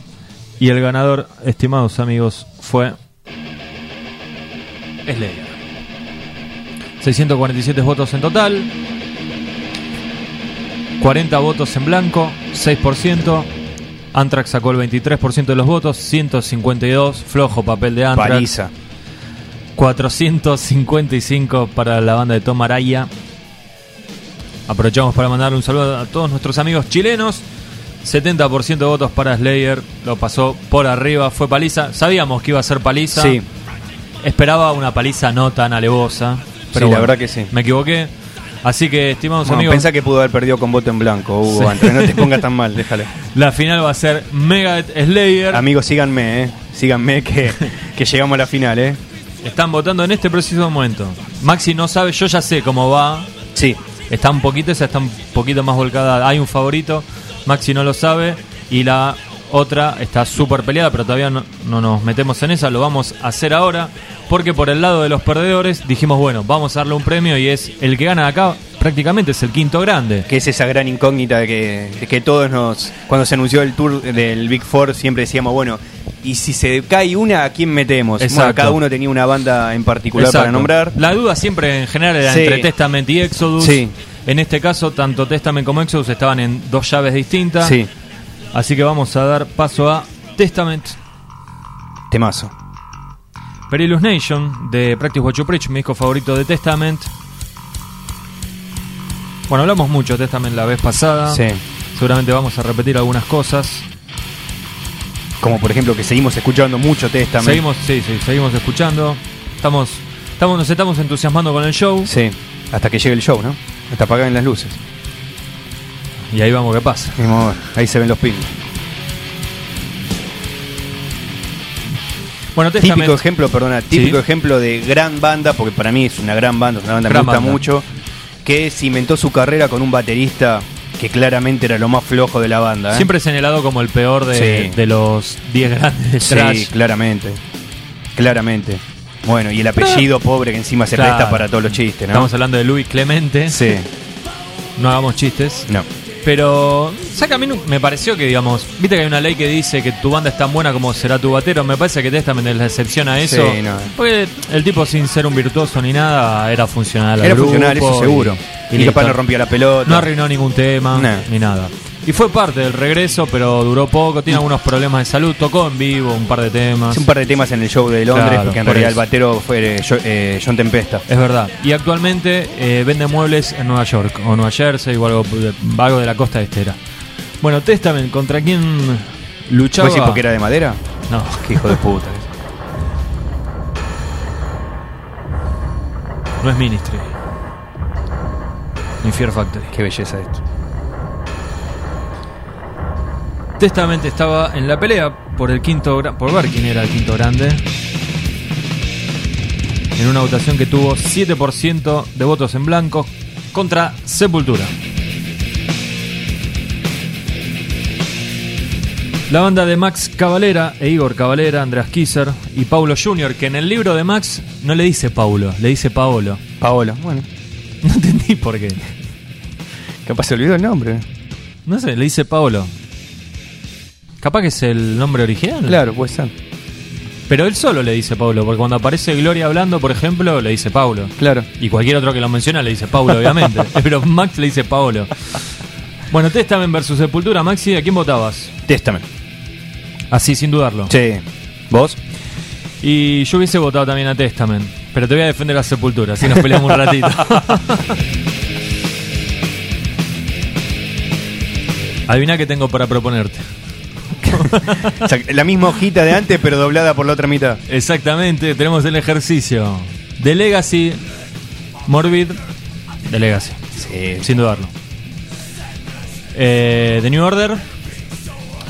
y el ganador, estimados amigos, fue Slayer. 647 votos en total. 40 votos en blanco, 6%. Antrax sacó el 23% de los votos, 152, flojo papel de Antrax. Paliza. 455 para la banda de Tom Araya. Aprovechamos para mandar un saludo a todos nuestros amigos chilenos. 70% de votos para Slayer, lo pasó por arriba, fue paliza. Sabíamos que iba a ser paliza. Sí. Esperaba una paliza no tan alevosa. Pero Sí, la bueno, verdad que sí. Me equivoqué. Así que, estimados Bueno, amigos, pensá que pudo haber perdido con voto en blanco, Hugo. Sí. Anthrax, no (laughs) te pongas tan mal, déjale. la final va a ser Megadeth Slayer. Amigos, síganme, eh. (laughs) Síganme que, que llegamos a la final, eh. Están votando en este preciso momento. Maxi no sabe, yo ya sé cómo va. Sí. Está un poquito, esa está un poquito más volcada. Hay un favorito, Maxi no lo sabe. Y la otra está súper peleada, pero todavía no, no nos metemos en esa. Lo vamos a hacer ahora. Porque por el lado de los perdedores dijimos, bueno, vamos a darle un premio y es el que gana de acá, prácticamente es el quinto grande. Que es esa gran incógnita de que, de que todos nos. Cuando se anunció el tour del Big Four, siempre decíamos, bueno, y si se cae una, ¿a quién metemos? Bueno, Exacto. cada uno tenía una banda en particular para Exacto. nombrar. La duda siempre en general era Sí. entre Testament y Exodus. Sí. En este caso, tanto Testament como Exodus estaban en dos llaves distintas. Sí, Así que vamos a dar paso a Testament, temazo. Perilous Nation de Practice What You Preach, mi disco favorito de Testament. Bueno, hablamos mucho de Testament la vez pasada. Sí. Seguramente vamos a repetir algunas cosas. Como por ejemplo que seguimos escuchando mucho Testament. Seguimos, sí, sí, seguimos escuchando. Estamos, estamos, nos estamos entusiasmando con el show. Sí. Hasta que llegue el show, ¿no? Hasta apagan las luces. Y ahí vamos, ¿qué pasa? Y vamos a ver, Ahí se ven los pingos. Bueno, Testament, Típico ejemplo, perdona, típico Sí. ejemplo de gran banda, porque para mí es una gran banda, es una banda que me Gran gusta banda. mucho, que cimentó su carrera con un baterista que claramente era lo más flojo de la banda. ¿eh? siempre señalado como el peor de, Sí. de los 10 grandes del Sí, thrash. claramente. Claramente. Bueno, y el apellido pobre que encima se Claro. presta para todos los chistes, ¿no? Estamos hablando de Luis Clemente, Sí, no hagamos chistes. no. Pero, saca a mí nu- me pareció que, digamos, viste que hay una ley que dice que tu banda es tan buena como será tu batero. Me parece que Testament es la excepción a eso. Sí, no. Porque el tipo, sin ser un virtuoso ni nada, era funcional. al Era grupo funcional, eso y- seguro. Y, listo. capaz no rompía la pelota. No arruinó ningún tema No. ni nada. Y fue parte del regreso, pero duró poco. Tiene algunos problemas de salud. Tocó en vivo un par de temas. Hizo Mm. un par de temas en el show de Londres, Claro, porque en por realidad eso. el batero fue eh, Jo- eh, John Tempesta. Es verdad. Y actualmente eh, vende muebles en Nueva York o Nueva Jersey o algo de, algo de la costa estera. Bueno, Testament, ¿contra quién luchaba? ¿Vos decís porque era de madera? No. Qué hijo de puta. No es Ministry. Ni Fear Factory. Qué belleza esto. Testament estaba en la pelea por el quinto gra- por ver quién era el quinto grande. En una votación que tuvo 7% de votos en blanco contra Sepultura. La banda de Max Cavalera e Igor Cavalera, Andreas Kisser y Paulo Jr., que en el libro de Max no le dice Paulo, le dice Paolo. (laughs) Paolo, bueno. No entendí por qué. Capaz se olvidó el nombre. No sé, le dice Paolo. Capaz que es el nombre original. Claro, puede ser. Pero él solo le dice Pablo, porque cuando aparece Gloria hablando, por ejemplo, le dice Pablo. Claro. Y cualquier otro que lo menciona le dice Pablo, (laughs) obviamente. Pero Max le dice Pablo. Bueno, Testament versus Sepultura, Maxi, ¿a quién votabas? Testament. Así, sin dudarlo. Sí. (laughs) ¿Vos? Y yo hubiese votado también a Testament, pero te voy a defender a Sepultura, así nos peleamos un (laughs) ratito. Adivina qué tengo para proponerte. O sea, la misma hojita de antes, pero doblada por la otra mitad. Exactamente, tenemos el ejercicio de Legacy, Morbid, de Legacy. Sí. sin dudarlo. Eh, The New Order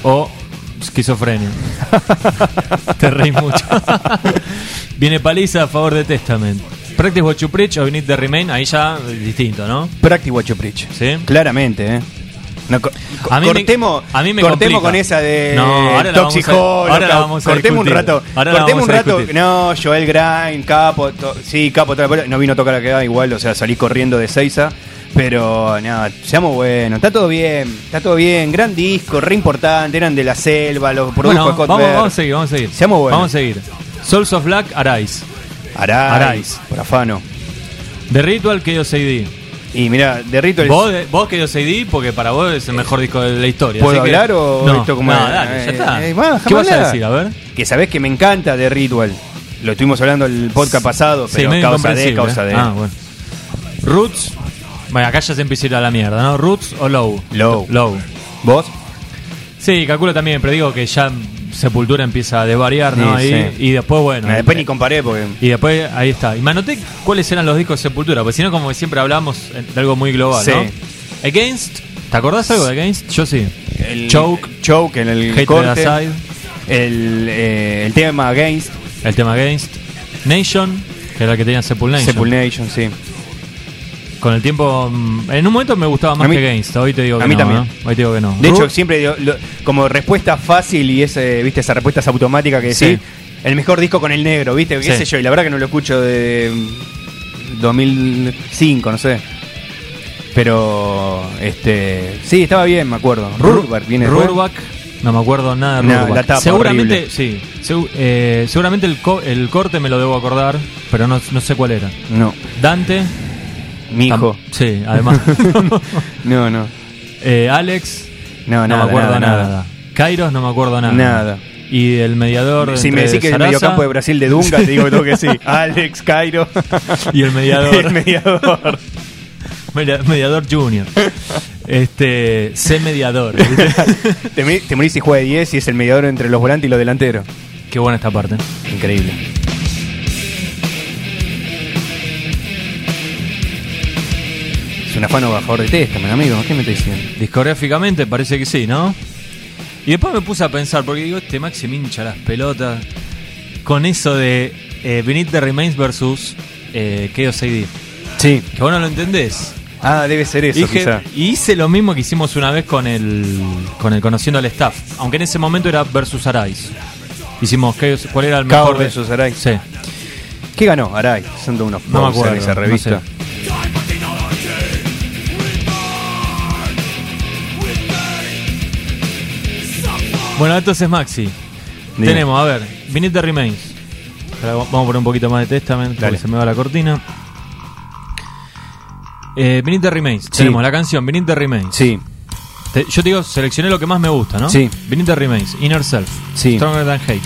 o (laughs) Esquizofrenia. Te reís mucho. (laughs) Viene paliza a favor de Testament. Practice what you preach o you need the remain. Ahí ya eh, distinto, ¿no? Practice what you preach. Sí. Claramente, ¿eh? No, co- co- A mí me- cortemos a mí me cortemos complica. con esa de No, ahora la Toxic vamos a- Holocaust. ahora la vamos a cortemos un discutir. rato. Ahora la cortemos vamos un a rato. discutir. No, Joel Grind, Capo. to- sí, Capo. toda la bola. no vino a tocar acá igual. O sea, salí corriendo de Seiza. Pero nada, seamos buenos. Está todo bien. Está todo bien. Gran disco, re importante. Eran de la selva. Los produjo Bueno, Scott vamos, Baer. vamos a seguir, vamos a seguir. Seamos buenos. Vamos a seguir. Souls of Black, Arise. Araiz, Araiz. Por afano. The Ritual, Chaos AD. Y mira, de Rito el- Vos, vos que yo soy D, porque para vos es el mejor disco de la historia. ¿Puedo así que- hablar o no, esto como no, es? dale, ya Eh, está. eh, bueno, déjame ¿Qué vas a hablar. decir? A ver. que sabés que me encanta de Ritual. Lo estuvimos hablando el podcast pasado, Sí, pero medio causa de, incomprensible, causa ¿eh? de. Ah, bueno. Roots. Bueno, acá ya se empieza a ir a la mierda, ¿no? Roots o Low. Low. Low. ¿Vos? Sí, calculo también, pero digo que ya Sepultura empieza a desvariar, ¿no? Sí, Ahí, sí. Y después, bueno. eh, Nah, después ni comparé porque. y después ahí está. Y me anoté cuáles eran los discos de Sepultura, porque si no, como siempre hablamos eh, de algo muy global, Sí. ¿no? Against. ¿Te acordás algo de Against? Yo sí. El Choke. Choke en el Hate to the corte. Side. El, eh, el tema Against, El tema Against. Nation, que era el que tenía Sepul Nation. Sepulnation, sí. Con el tiempo. mm, En un momento me gustaba más A mí- que Against. Hoy te digo que a mí no. también. ¿no? Hoy te digo que no. De Ru- hecho, siempre digo, lo- como respuesta fácil y ese, viste, esa respuesta es automática que Sí. decís, el mejor disco con el negro, viste, qué Sí. sé yo, y la verdad que no lo escucho de mm, 2005, no sé. Pero, este, sí, estaba bien, me acuerdo. Ru- Rurbach viene después. Rurbach. No me acuerdo nada de No, Rurbach. la tapa, seguramente, horrible. sí. Segu- eh, seguramente el, co- el corte me lo debo acordar, pero no, no sé cuál era. No, Dante. mi tam- hijo. Sí, además. (laughs) No, no. Eh, Alex. No, No, nada, me acuerdo nada, nada. nada. Kairos, no me acuerdo nada. Nada. Y el mediador. Si me entre decís que el Sarasa mediocampo de Brasil de Dunga, te digo que tengo (laughs) que sí. (laughs) Alex, Cairo. Y el mediador. (laughs) El (laughs) mediador. Mira, Mediador Junior. Este, sé (laughs) mediador. te, mi- te morís si juega de 10 y es el mediador entre los volantes y los delanteros. Qué buena esta parte. Increíble. un afano bajador de testa, mi amigo. ¿Qué me está diciendo? Discográficamente parece que sí, ¿no? Y después me puse a pensar, porque digo, este Maxi me hincha las pelotas con eso de eh, Beneath the Remains versus eh, Chaos AD. Sí. Que vos no lo entendés. Ah, debe ser eso, Dije- quizá. y hice lo mismo que hicimos una vez con el, con el Conociendo al Staff, aunque en ese momento era versus Arais. Hicimos Chaos- cuál era el Chaos mejor de- versus Arais. Sí, ¿Qué ganó? Aray, son de unos no me posers acuerdo. esa no revista. sé. Bueno, entonces Maxi, Dime. tenemos, a ver, Beneath the Remains. Espera, va- vamos a poner un poquito más de Testament, porque Dale. se me va la cortina. Eh, Beneath the Remains, Sí. tenemos la canción Beneath the Remains. Sí, Te- yo te digo, seleccioné lo que más me gusta, ¿no? Sí. Beneath the Remains, Inner Self, Sí. Stronger Than Hate,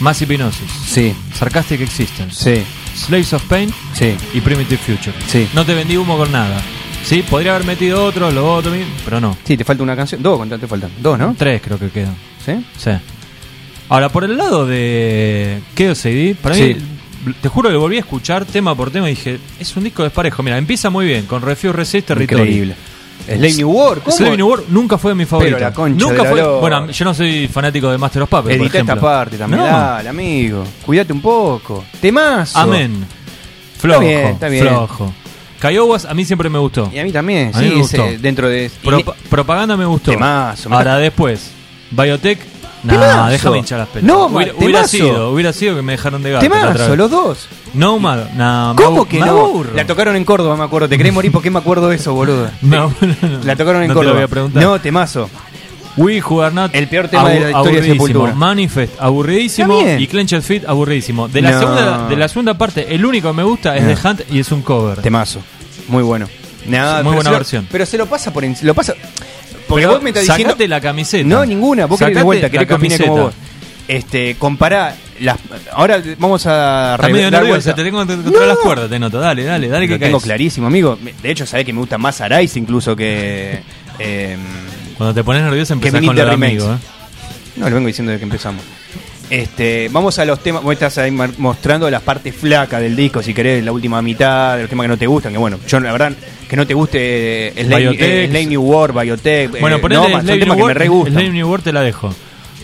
Mass Hypnosis, sí, Sarcastic Existence, sí, Slaves of Pain sí. y Primitive Future. Sí. No te vendí humo con nada. Sí, podría haber metido otro, lo otro, mi- pero no. Sí, te falta una canción. Dos, ¿cuántas te faltan? Dos, ¿no? Tres creo que quedan. Sí. Sí. Ahora, por el lado de Chaos AD, para Sí. mí, te juro que volví a escuchar tema por tema y dije, es un disco desparejo. Mira, empieza muy bien con Refuse Resist Territory. Increíble. Slave New World, ¿cómo? Slave New World nunca fue mi favorito. la concha nunca de la fue. lora. Bueno, yo no soy fanático de Master of Puppets. por Edita esta ejemplo. parte también. Ah, No. Dale, amigo. Cuídate un poco. Temazo. Amén. Flojo. bien, está bien. Flojo. Kiowas a mí siempre me gustó. Y a mí también, A sí, mí me ese, gustó. dentro de. Propa- propaganda me gustó. Temazo, me Ahora después, Biotech. Temazo. Nah, déjame hinchar las pelotas. No, hubiera, ma- hubiera temazo. sido, hubiera sido que me dejaron de gato. la otra Temazo, vez. los dos. No, Mad, nah, ¿Cómo me que abu- me no? aburro. La tocaron en Córdoba, me acuerdo. Te querés morir porque me acuerdo de eso, (laughs) boludo. Me aburro. (laughs) La tocaron en No te Córdoba. lo voy a preguntar. No, temazo. We Who Are Not, El peor tema de la historia de aburridísimo. Sepultura. Manifest, aburridísimo. Está bien. Y Clenched Feet, aburridísimo. De la, No. segunda, de la segunda parte, el único que me gusta es No. The Hunt y es un cover. Temazo. Muy bueno. Nada, Muy pero buena se lo- versión. pero se lo pasa por en- lo pasa Porque Pero vos me estás sacate diciendo la camiseta. No, ninguna, vos querés de Sacate vuelta, la querés que opine como vos. camiseta. Este, compará las ahora vamos a Está re- medio dar nervioso, vuelta. te tengo que encontrar No. las cuerdas, te noto. Dale, dale, dale Lo que tengo caes. clarísimo, amigo. De hecho, sabés que me gusta más Arais incluso que (laughs) eh, Cuando te pones nervioso Que empezás viniste con lo de remakes. amigo, ¿eh? no, lo vengo diciendo desde que empezamos. Este, vamos a los temas, vos estás ahí mar- mostrando las partes flacas del disco, si querés, la última mitad, los temas que no te gustan, que bueno, yo la verdad que no te guste eh, Slave, Biotech. eh, Slave New World, Biotech, Bueno, eh, ponele Nomad, son Slave, temas New que me World, re gustan. Slave New World te la dejo.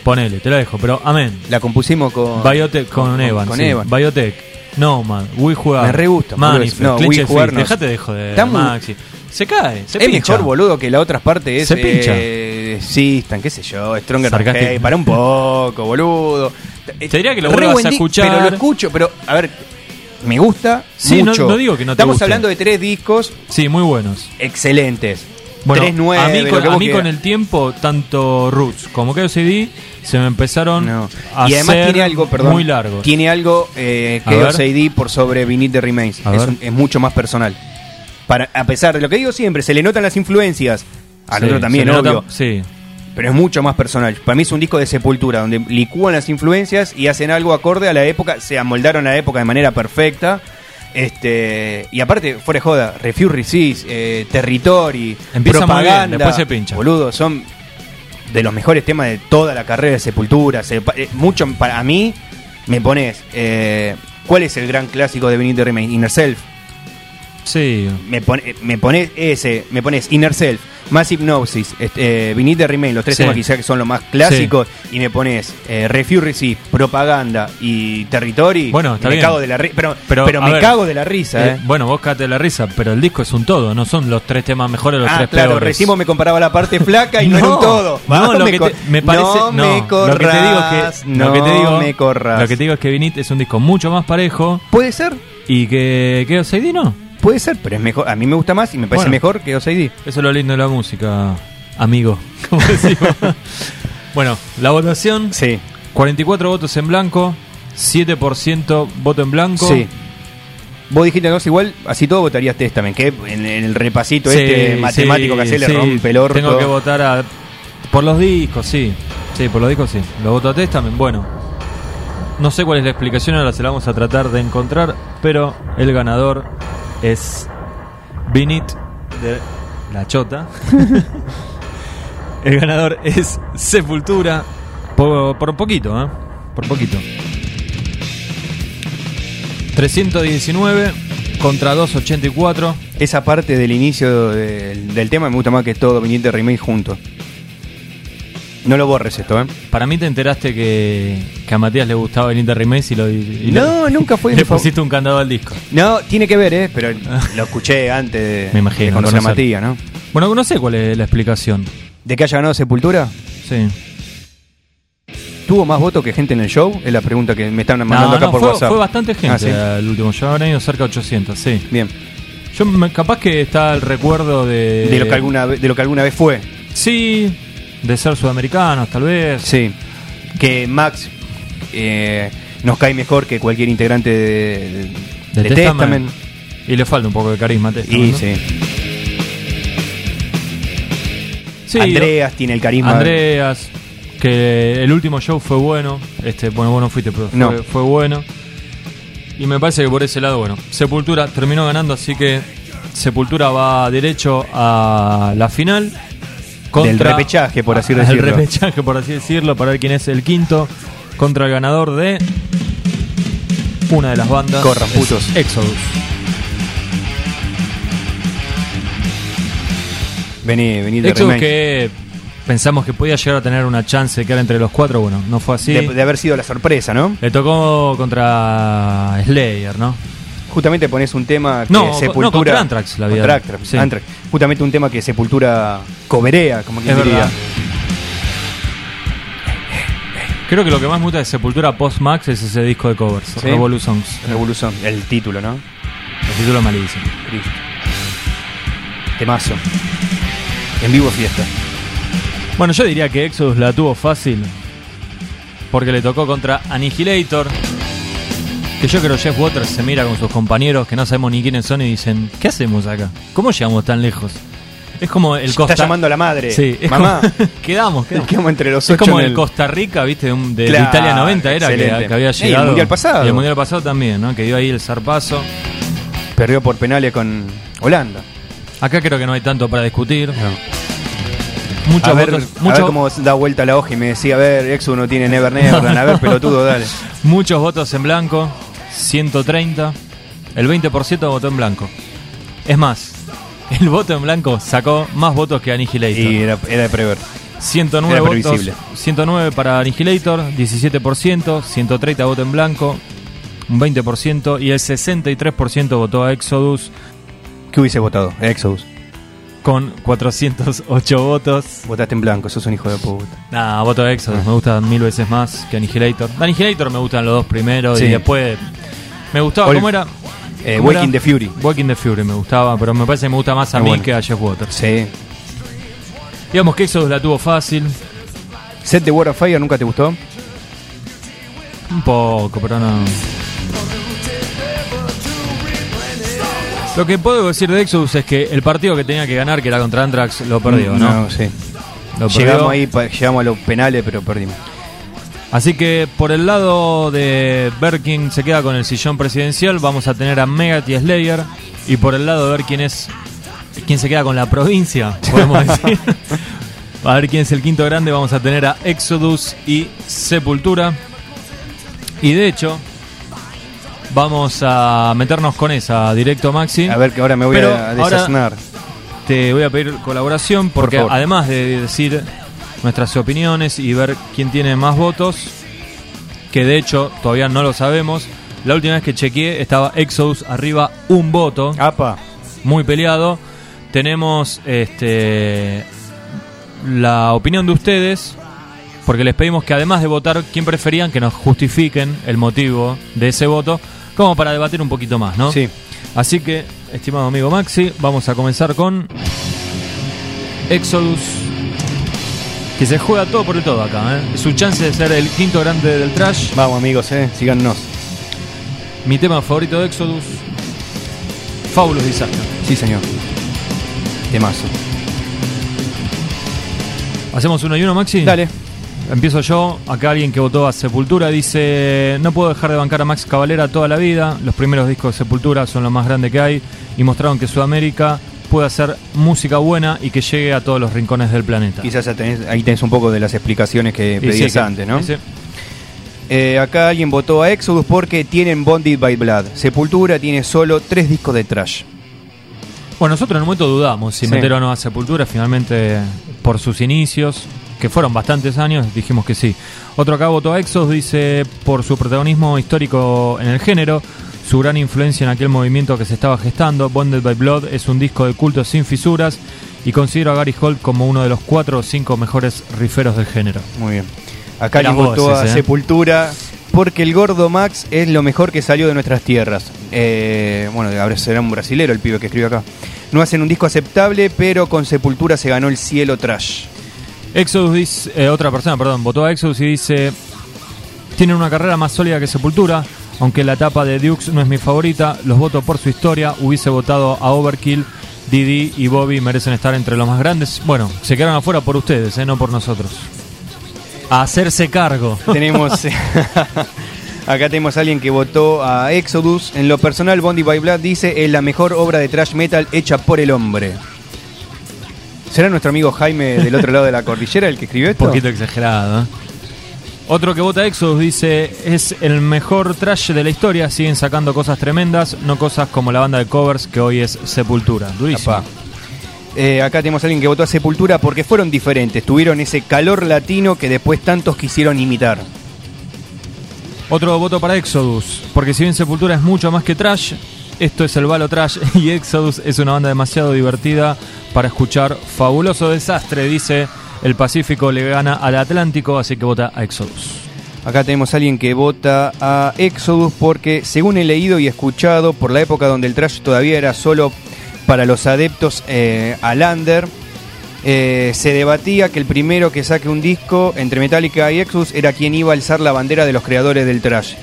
Ponele, te la dejo, pero amén. La compusimos con Biotech con, Evan. con sí. Evan. Biotech, Nomad, We Jugar. Me re gusta, boludo. Manifest, No, no, We Jugar no. Dejate de joder, Está muy- Maxi. Se cae, se es pincha. mejor, boludo, que la otra parte es. Se pincha. eh, Sistan, qué sé yo, Stronger Than Sarcástico. Hate, para un poco, boludo. Te diría que lo Re vuelvas buen a di- escuchar. Pero lo escucho, pero, a ver, me gusta. Sí, no- mucho. no digo que no te Estamos guste. hablando de tres discos Sí, muy buenos. excelentes. Bueno, tres nueve, a mí, lo con, que a vos mí quieras. con el tiempo, tanto Roots como KOCD se me empezaron No. a Y además hacer tiene algo, perdón. muy largos. Tiene algo eh, A que ver. OCD por sobre Vinit de Remains. A Es, ver. un- es mucho más personal. Para, a pesar de lo que digo siempre, se le notan las influencias. Al Sí, otro también, se le obvio. nota- sí, Pero es mucho más personal. Para mí es un disco de sepultura, donde licúan las influencias y hacen algo acorde a la época, se amoldaron a la época de manera perfecta. Este, y aparte, fuera de joda, Refuse Resist, eh, Territory, Empieza muy bien, propaganda, después se pincha. Boludo, son de los mejores temas de toda la carrera de Sepultura. Se- eh, mucho para mí, me pones, eh, ¿cuál es el gran clásico de Benito Remain? Inner Self. sí. Me, pon- eh, me pones ese, me pones Inner Self, Más Hypnosis, este, eh, Beneath the Remain, los tres Sí. temas quizá que son los más clásicos, y me pones eh, Refuse Resist, Propaganda y Territory. Bueno, está me bien. cago de la ri- pero, pero, Pero, a me ver, cago de la risa, Eh, eh. bueno, vos cate la risa, pero el disco es un todo, no son los tres temas mejores los ah, tres claro, peores. recién vos me comparaba (laughs) la parte flaca y no, era un todo. No, lo me que co- te- me parece. no, me lo que te digo es corras, que. lo que te digo, me corras. Lo que te digo es que Vinit es un disco mucho más parejo Puede ser, y que. que Oseidi no. puede ser, pero es mejor. A mí me gusta más y me parece Bueno. mejor que OCD. Eso es lo lindo de la música, amigo. (laughs) Como decimos. bueno, la votación: Sí, 44 votos en blanco, 7% voto en blanco. Sí. Vos dijiste que no, igual, así todo votarías Testament, que en, en el repasito Sí, este sí, matemático que hace le sí. rompe el orto. Tengo que votar a- por los discos, sí. Sí, por los discos, sí. Lo voto a Testament. Bueno, no sé cuál es la explicación, ahora se la vamos a tratar de encontrar, pero el ganador es Vinit de La Chota. (laughs) el ganador es Sepultura. Por, por poquito, ¿eh? Por poquito. 319 contra 284. Esa parte del inicio del, del tema me gusta más que todo Viniente Remake junto. No lo borres esto, ¿eh? Para mí te enteraste que, que a Matías le gustaba Benita Rimes y lo. y lo- (laughs) No, nunca fue mi Le fa- pusiste un candado al disco. No, tiene que ver, ¿eh? (laughs) Pero lo escuché antes de, Me imagino, de conocer a conocer. Matías, ¿no? Bueno, no sé cuál es la explicación. De que haya ganado Sepultura, Sí. ¿tuvo más votos que gente en el show? Es la pregunta que me están mandando No, acá no, por fue, WhatsApp. fue bastante gente Ah, ¿sí? el último. Ya habrán ido cerca de 800, sí. Bien. Yo me- capaz que está el recuerdo de. De lo, que alguna, ve- de lo que alguna vez fue. Sí, de ser sudamericanos, tal vez. Sí. Que Max eh, nos cae mejor que cualquier integrante de, de- De de Testament. Testament. Y le falta un poco de carisma a Testament, Y ¿no? sí. Sí, Andreas tiene el carisma. Andreas, que el último show fue bueno. Este, bueno, vos no fuiste, pero fue, No. fue bueno. Y me parece que por ese lado, bueno, Sepultura terminó ganando, así que Sepultura va derecho a la final. Del repechaje, (laughs) por así al decirlo. repechaje, por así decirlo, para ver quién es el quinto. Contra el ganador de una de las bandas. Corran, putos. es Exodus. Vení, vení de Exodus remake. que pensamos que podía llegar a tener una chance de quedar entre los cuatro, bueno, no fue así. De, de haber sido la sorpresa, ¿no? Le tocó contra Slayer, ¿no? Justamente pones un tema que No, co- no, Sepultura. contra Anthrax la había Contra dado. Anthrax, Sí. Anthrax. Justamente un tema que Sepultura coberea, como quien Es diría. verdad. Creo que lo que más me gusta de Sepultura Post Max es ese disco de covers, Sí. Revolutions. Revolución. El título, ¿no? El título es malísimo. Cristo. Temazo. En vivo fiesta. Bueno, yo diría que Exodus la tuvo fácil porque le tocó contra Annihilator. Que yo creo Jeff Waters se mira con sus compañeros que no sabemos ni quiénes son y dicen, ¿qué hacemos acá? ¿Cómo llegamos tan lejos? Es como el Está Costa... llamando a la madre. Sí, es Mamá. como- (laughs) quedamos, Nos quedamos. quedamos entre los Es ocho como en el Costa Rica, ¿viste? De, un- de- de Claro, Italia 90 era excelente. que, que había Sí, el llegado. Mundial pasado. Y el Mundial pasado también, ¿no? Que dio ahí el zarpazo. Perdió por penales con Holanda. Acá creo que no hay tanto para discutir. a Muchos ver, votos, a ver muchos- cómo da vuelta la hoja y me decía, a ver, Exo no tiene (laughs) Never Never, a ver, pelotudo, dale. muchos votos en blanco. 130. El 20% votó en blanco. Es más, el voto en blanco sacó más votos que Annihilator. Y era, era de prever. 109 Era votos. previsible. 109 para Annihilator, 17%, 130 voto en blanco, un 20% y el 63% votó a Exodus ¿Qué hubiese votado? Exodus. con 408 votos. Votaste en blanco, sos un hijo de puta. Nah, voto a Ah. Exodus, me gusta mil veces más que Annihilator. De Annihilator me gustan los dos primeros Sí. y después me gustaba Ol- cómo era Eh, ¿Cómo Waking the era? Fury. Walking the Fury me gustaba, pero me parece que me gusta más a Ah, mí bueno. que a Jeff Waters. Sí. Digamos que Exodus la tuvo fácil, ¿Set de War of Fire nunca te gustó? Un poco, pero no. Lo que puedo decir de Exodus es que el partido que tenía que ganar, que era contra Anthrax, lo perdió, ¿no? No, sí. Lo perdió. Llegamos ahí, pa- llegamos a los penales, pero perdimos. Así que por el lado de Berkin se queda con el sillón presidencial, vamos a tener a Megat y Slayer. Y por el lado de ver quién es. quién se queda con la provincia, podemos decir. a ver quién es el quinto grande, vamos a tener a Exodus y Sepultura. Y de hecho, vamos a meternos con esa directo, Maxi. A ver, que ahora me voy Pero a ahora- desaznar. Te voy a pedir colaboración porque favor. además de decir nuestras opiniones y ver quién tiene más votos, que de hecho todavía no lo sabemos, la última vez que chequeé estaba Exodus arriba un voto, Apa. muy peleado. Tenemos este la opinión de ustedes porque les pedimos que además de votar quién preferían que nos justifiquen el motivo de ese voto, como para debatir un poquito más, ¿no? Sí. Así que, estimado amigo Maxi, vamos a comenzar con Exodus, que se juega todo por el todo acá. ¿eh? Su chance de ser el quinto grande del trash. Vamos, amigos, eh. Síganos. Mi tema favorito de Exodus, Fabulous Disaster. Sí, señor. Temazo. ¿Hacemos uno y uno, Maxi? Dale. Empiezo yo. Acá alguien que votó a Sepultura dice: No puedo dejar de bancar a Max Cavalera toda la vida. Los primeros discos de Sepultura son lo más grande que hay y mostraron que Sudamérica puede hacer música buena y que llegue a todos los rincones del planeta. Quizás ya tenés- ahí tenés un poco de las explicaciones que Y sí, pedías que- antes, ¿no? sí. Eh, acá alguien votó a Exodus porque tienen Bonded by Blood. Sepultura tiene solo tres discos de trash. Bueno, nosotros en un momento dudamos si Sí. meter o no a Sepultura, finalmente por sus inicios, que fueron bastantes años, dijimos que sí. Otro acá votó a Exos, dice, por su protagonismo histórico en el género, su gran influencia en aquel movimiento que se estaba gestando, Bonded by Blood es un disco de culto sin fisuras y considero a Gary Holt como uno de los cuatro o cinco mejores riferos del género. Muy bien. Acá Las alguien votó a voces, eh. Sepultura porque el gordo Max es lo mejor que salió de nuestras tierras. Eh, bueno, ahora será un brasilero el pibe que escribe acá. No hacen un disco aceptable, pero con Sepultura se ganó el cielo trash. Exodus dice, eh, otra persona, perdón, votó a Exodus y dice, tienen una carrera más sólida que Sepultura, aunque la etapa de Dukes no es mi favorita, los voto por su historia, hubiese votado a Overkill, Didi y Bobby merecen estar entre los más grandes. Bueno, se quedaron afuera por ustedes, eh, no por nosotros. A hacerse cargo. tenemos (laughs) acá tenemos a alguien que votó a Exodus. En lo personal, Bondi by Blood dice es la mejor obra de thrash metal hecha por el hombre. ¿Será nuestro amigo Jaime del otro lado de la cordillera el que escribió esto? Un poquito exagerado. ¿eh? Otro que vota Exodus dice, es el mejor trash de la historia, siguen sacando cosas tremendas, no cosas como la banda de covers que hoy es Sepultura. Durísimo. Capaz. Eh, acá tenemos a alguien que votó a Sepultura porque fueron diferentes, tuvieron ese calor latino que después tantos quisieron imitar. Otro voto para Exodus, porque si bien Sepultura es mucho más que trash, esto es el balo trash (laughs) y Exodus es una banda demasiado divertida para escuchar. Fabuloso desastre, dice el Pacífico le gana al Atlántico, así que vota a Exodus. Acá tenemos a alguien que vota a Exodus porque, según he leído y escuchado, por la época donde el trash todavía era solo para los adeptos eh, al under, eh, se debatía que el primero que saque un disco entre Metallica y Exodus era quien iba a alzar la bandera de los creadores del trash.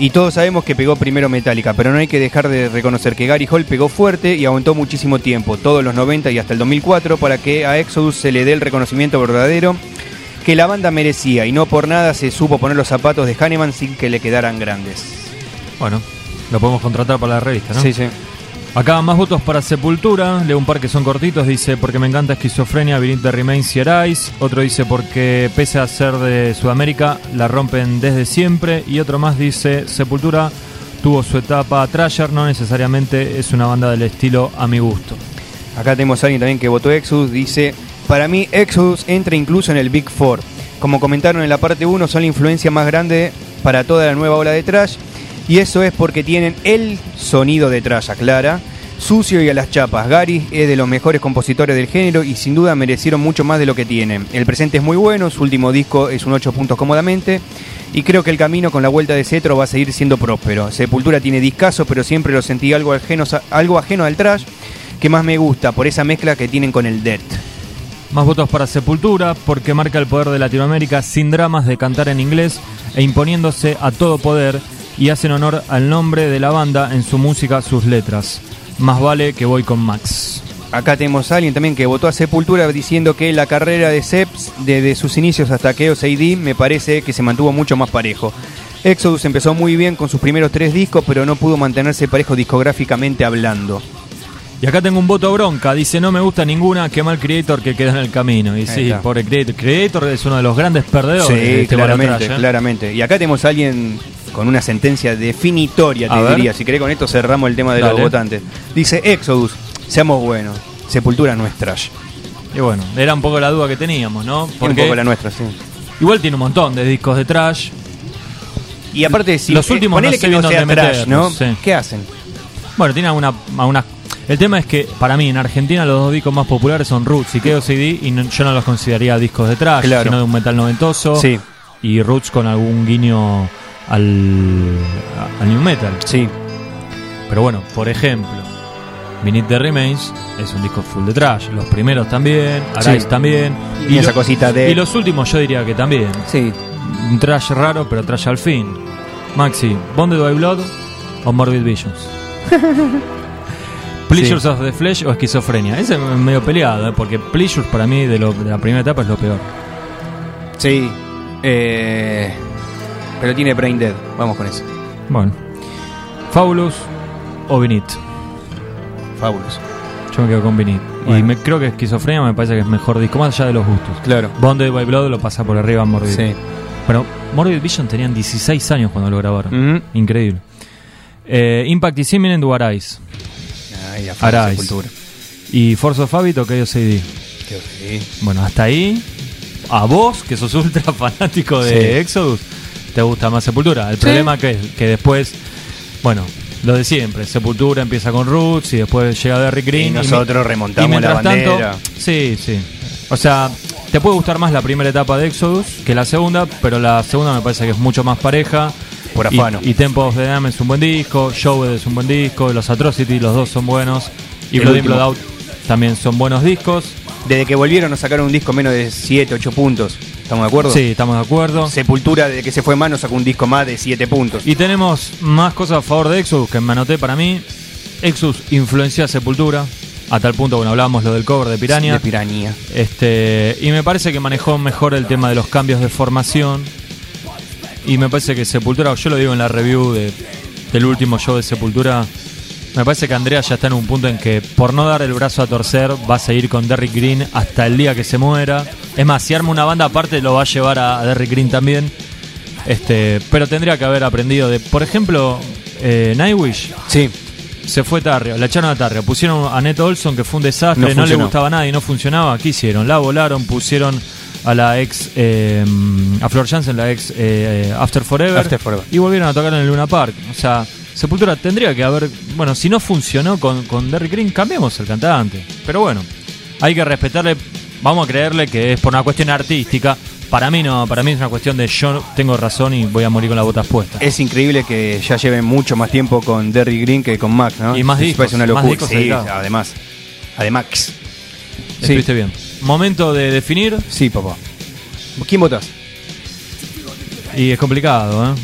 Y todos sabemos que pegó primero Metallica, pero no hay que dejar de reconocer que Gary Hall pegó fuerte y aguantó muchísimo tiempo, todos los 90 y hasta el 2004, para que a Exodus se le dé el reconocimiento verdadero que la banda merecía y no por nada se supo poner los zapatos de Hanneman sin que le quedaran grandes. Bueno, lo podemos contratar para la revista, ¿no? sí. Acá más votos para Sepultura. Leo un par que son cortitos. Dice, porque me encanta Esquizofrenia, Viril de Remains y Arise. Otro dice, porque pese a ser de Sudamérica, la rompen desde siempre. Y otro más dice, Sepultura tuvo su etapa Trasher, no necesariamente es una banda del estilo a mi gusto. Acá tenemos a alguien también que votó Exodus, dice, para mí Exodus entra incluso en el Big Four. Como comentaron en la parte 1, son la influencia más grande para toda la nueva ola de trash y eso es porque tienen el sonido de trash, aclara. Sucio y a las chapas. Gary es de los mejores compositores del género y sin duda merecieron mucho más de lo que tienen. El presente es muy bueno, su último disco es un 8 puntos cómodamente y creo que el camino con la vuelta de Cetro va a seguir siendo próspero. Sepultura tiene discazo, pero siempre lo sentí algo ajeno, algo ajeno al trash que más me gusta por esa mezcla que tienen con el Death. Más votos para Sepultura, porque marca el poder de Latinoamérica sin dramas de cantar en inglés e imponiéndose a todo poder y hacen honor al nombre de la banda en su música, sus letras. Más vale que voy con Max. Acá tenemos a alguien también que votó a Sepultura diciendo que la carrera de Seps desde sus inicios hasta Chaos AD me parece que se mantuvo mucho más parejo. Exodus empezó muy bien con sus primeros tres discos, pero no pudo mantenerse parejo discográficamente hablando. Y acá tengo un voto bronca, dice no me gusta ninguna, qué mal Creator que queda en el camino. Y sí, está. pobre Creator. Creator es uno de los grandes perdedores de este claramente, balotrash, ¿eh? claramente. Y acá tenemos a alguien con una sentencia definitoria, te A ver. diría. Si querés con esto cerramos el tema de los Dale. votantes. Dice Exodus, seamos buenos, Sepultura no es trash. Y bueno, era un poco la duda que teníamos, ¿no? Era un Porque poco la nuestra, sí. igual tiene un montón de discos de trash. Y aparte, si Los eh, últimos ponele no que sé no bien sea dónde trash, ¿no? meterlos, sí. ¿Qué hacen? Bueno, tiene alguna, algunas... El tema es que para mí en Argentina los dos discos más populares son Roots y Chaos CD y no- yo no los consideraría discos de trash, Claro. sino de un metal noventoso Sí. y Roots con algún guiño al, al new metal. Sí. Pero bueno, por ejemplo, Minute the Remains es un disco full de trash. Los primeros también, Arise Sí. también. Y esa cosita de- y los últimos yo diría que también. Sí. Un trash raro, pero trash al fin. Maxi, Bonded by Blood o Morbid (laughs) Visions. Pleasures of the Flesh o Esquizofrenia. Ese es medio peleado, ¿eh? porque Pleasures para mí de, lo- de la primera etapa es lo peor. Sí. Eh, pero tiene Brain Dead. Vamos con eso. Bueno. Fabulous o Vinit. Fabulous. Yo me quedo con Vinit. Y Bueno. me, creo que Esquizofrenia me parece que es mejor disco, más allá de los gustos. Claro. Bonded by Blood lo pasa por arriba a morir. Sí. Pero Morbid Vision tenían 16 años cuando lo grabaron. Ujú. Increíble. Eh, Impact y Simen en Du Arise. Ay, la Arise. famosa Ah, cultura. Y Force of Habit o KOCD. Qué horrible. Bueno, hasta ahí. A vos, que sos ultra (laughs) fanático de Sí. Exodus, te gusta más Sepultura. El problema que es que después, bueno, lo de siempre, Sepultura empieza con Roots y después llega Derrick Green. Y nosotros remontamos y mientras la bandera. tanto- sí, sí. O sea, te puede gustar más la primera etapa de Exodus que la segunda, pero la segunda me parece que es mucho más pareja. Por Y- afano. Y, Tempo of the Dam es un buen disco, Showed es un buen disco, los Atrocity, los dos son buenos. Y El Blood in último. Blood Out también son buenos discos. Desde que volvieron nos sacaron un disco menos de 7, 8 puntos. ¿Estamos de acuerdo? Sí, estamos de acuerdo. Sepultura, desde que se fue mano, sacó un disco más de 7 puntos. Y tenemos más cosas a favor de Exodus que me anoté para mí. Exodus influenció a Sepultura, a tal punto, bueno, hablábamos lo del cover de Piranha. De Piranía. este, y me parece que manejó mejor el tema de los cambios de formación. Y me parece que Sepultura, yo lo digo en la review de- del último show de Sepultura, me parece que Andrea ya está en un punto en que por no dar el brazo a torcer va a seguir con Derrick Green hasta el día que se muera. Es más, si arma una banda aparte lo va a llevar a, a Derrick Green también. Este, pero tendría que haber aprendido de, por ejemplo, eh, Nightwish Sí. se fue Tarrio, la echaron a Tarrio, pusieron a Ned Olson que fue un desastre, No no, le funcionó. gustaba nada y no funcionaba, ¿qué hicieron? La volaron, pusieron a la ex eh, a Flor Jansen, la ex eh, After, Forever, After Forever. y volvieron a tocar en el Luna Park. O sea, Sepultura tendría que haber, bueno, si no funcionó con, con Derrick Green, cambiemos el cantante. Pero bueno, hay que respetarle, vamos a creerle que es por una cuestión artística. Para mí no, para mí es una cuestión de yo tengo razón y voy a morir con las botas puestas. Es increíble que ya lleven mucho más tiempo con Derry Green que con Mac, ¿no? Y más Sí, discos, parece una más locura. discos sí, editados. además. Además. Sí, Estuviste bien. Momento de definir sí, papá. ¿Quién votás? y es complicado, ¿eh?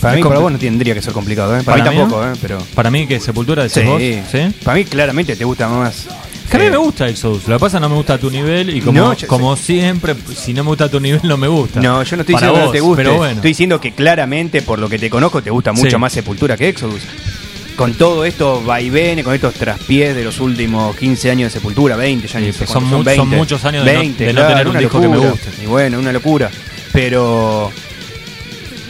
Para Es mí, para compli- vos no tendría que ser complicado, ¿eh? Para, ¿Para mí mí no? tampoco, ¿eh? Pero... Para mí que Sepultura decís vos, ¿sí? Para mí, claramente, te gusta más. Que a mí eh, me gusta Exodus, lo que pasa es que no me gusta a tu nivel y como, No, yo- como siempre, si no me gusta a tu nivel no me gusta. No, yo no estoy Para diciendo que no vos, te guste. Pero bueno, Estoy diciendo que claramente, por lo que te conozco, te gusta mucho Sí. más Sepultura que Exodus. Con todo esto vaivenes, con estos traspiés de los últimos 15 años de Sepultura, 20 ya Sí, ni pero sé son mu- cuántos son muchos años de no- de no tener un una disco que me locura. guste. Y bueno, una locura. Pero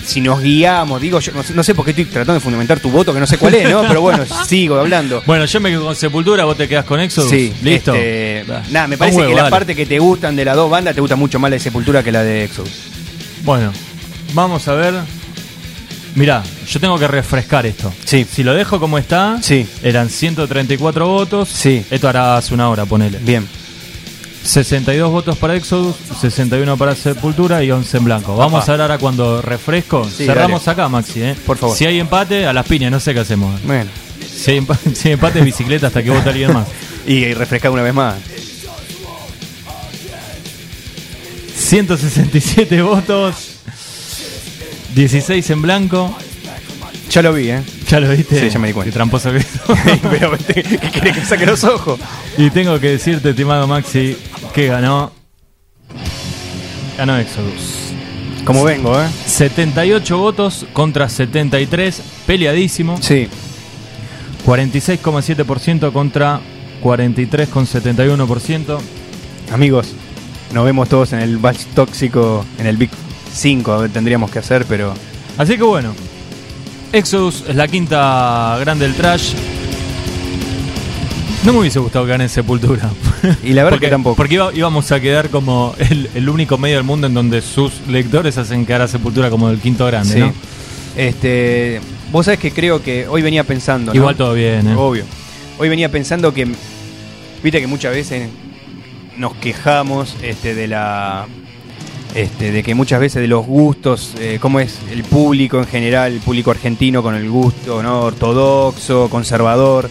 si nos guiamos, digo, yo no sé, no sé por qué estoy tratando de fundamentar tu voto, que no sé cuál es, (laughs) ¿no? Pero bueno, sigo hablando. bueno, yo me quedo con Sepultura, vos te quedás con Exodus, Sí, listo. este, Da. nada, me Un parece huevo, que la dale. parte que te gustan de las dos bandas te gusta mucho más la de Sepultura que la de Exodus. Bueno, vamos a ver. Mirá, yo tengo que refrescar esto. Sí. Si lo dejo como está, Sí. eran 134 votos. Sí. Esto hará hace una hora, ponele. Bien. 62 votos para Exodus, 61 para Sepultura y 11 en blanco. Vamos a hablar a cuando refresco. Sí, Cerramos acá, Maxi, ¿eh? Por favor. Si hay empate, a las piñas, no sé qué hacemos. Bueno. Si hay empate, (laughs) si hay empate, bicicleta hasta que vote alguien (laughs) más. Y refrescar una vez más. 167 votos, 16 en blanco. Ya lo vi, ¿eh? (laughs) Ya lo viste. Sí, ya me di cuenta. Qué tramposo que (laughs) sos. Pero ¿qué querés que saque los ojos? (laughs) Y tengo que decirte, estimado Maxi, que ganó. Ganó Exodus. Como vengo, ¿eh? 78 votos contra 73, peleadísimo. Sí. 46,7% contra 43,71%. Amigos, nos vemos todos en el batch tóxico, en el Big 5 tendríamos que hacer, pero Así que bueno, Exodus es la quinta grande del trash. No me hubiese gustado que gane Sepultura. Y la verdad Porque- que tampoco. Porque iba- íbamos a quedar como el, el único medio del mundo en donde sus lectores hacen quedar a Sepultura como el quinto grande, sí. ¿no? Este, vos sabés que creo que hoy venía pensando, ¿no? Igual todo bien, ¿eh? Obvio. Hoy venía pensando que viste que muchas veces nos quejamos este de la este, de que muchas veces de los gustos, eh, cómo es el público en general, el público argentino con el gusto no ortodoxo, conservador,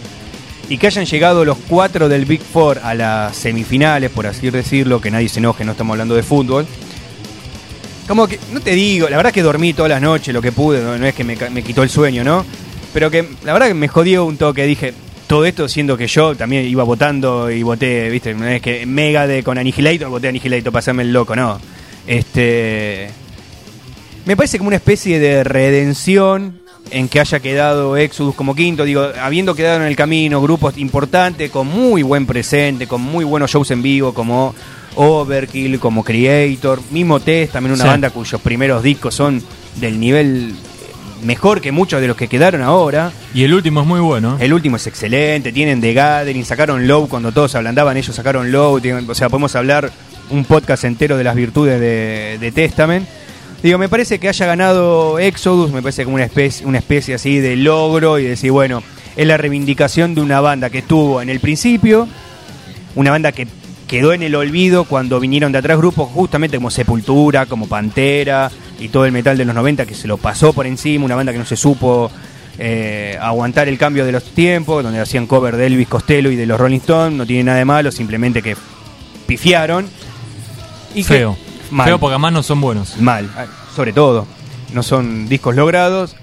y que hayan llegado los cuatro del Big Four a las semifinales, por así decirlo, que nadie se enoje, no estamos hablando de fútbol. Como que, no te digo, la verdad que dormí todas las noches lo que pude, no, no es que me, ca- me quitó el sueño, ¿no? Pero que la verdad que me jodió un toque, dije, todo esto siendo que yo también iba votando y voté, viste, no es que mega de con Annihilator, voté Annihilator, pasame el loco, no. Este. Me parece como una especie de redención en que haya quedado Exodus como quinto, digo, habiendo quedado en el camino grupos importantes, con muy buen presente, con muy buenos shows en vivo, como Overkill, como Creator, mismo Test, también una Sí. banda cuyos primeros discos son del nivel eh, mejor que muchos de los que quedaron ahora. Y el último es muy bueno. El último es excelente, tienen The Gathering, sacaron Low cuando todos ablandaban, ellos sacaron Low, digo, o sea, podemos hablar un podcast entero de las virtudes de, de Testament. Digo, me parece que haya ganado Exodus, me parece como una especie, una especie así de logro y decir, bueno, es la reivindicación de una banda que estuvo en el principio, una banda que quedó en el olvido cuando vinieron de atrás grupos justamente como Sepultura, como Pantera y todo el metal de los 90 que se lo pasó por encima, una banda que no se supo eh, aguantar el cambio de los tiempos, donde hacían cover de Elvis Costello y de los Rolling Stones, no tiene nada de malo, simplemente que pifiaron. Y que- Feo. mal, Feo porque además no son buenos. mal, sobre todo, no son discos logrados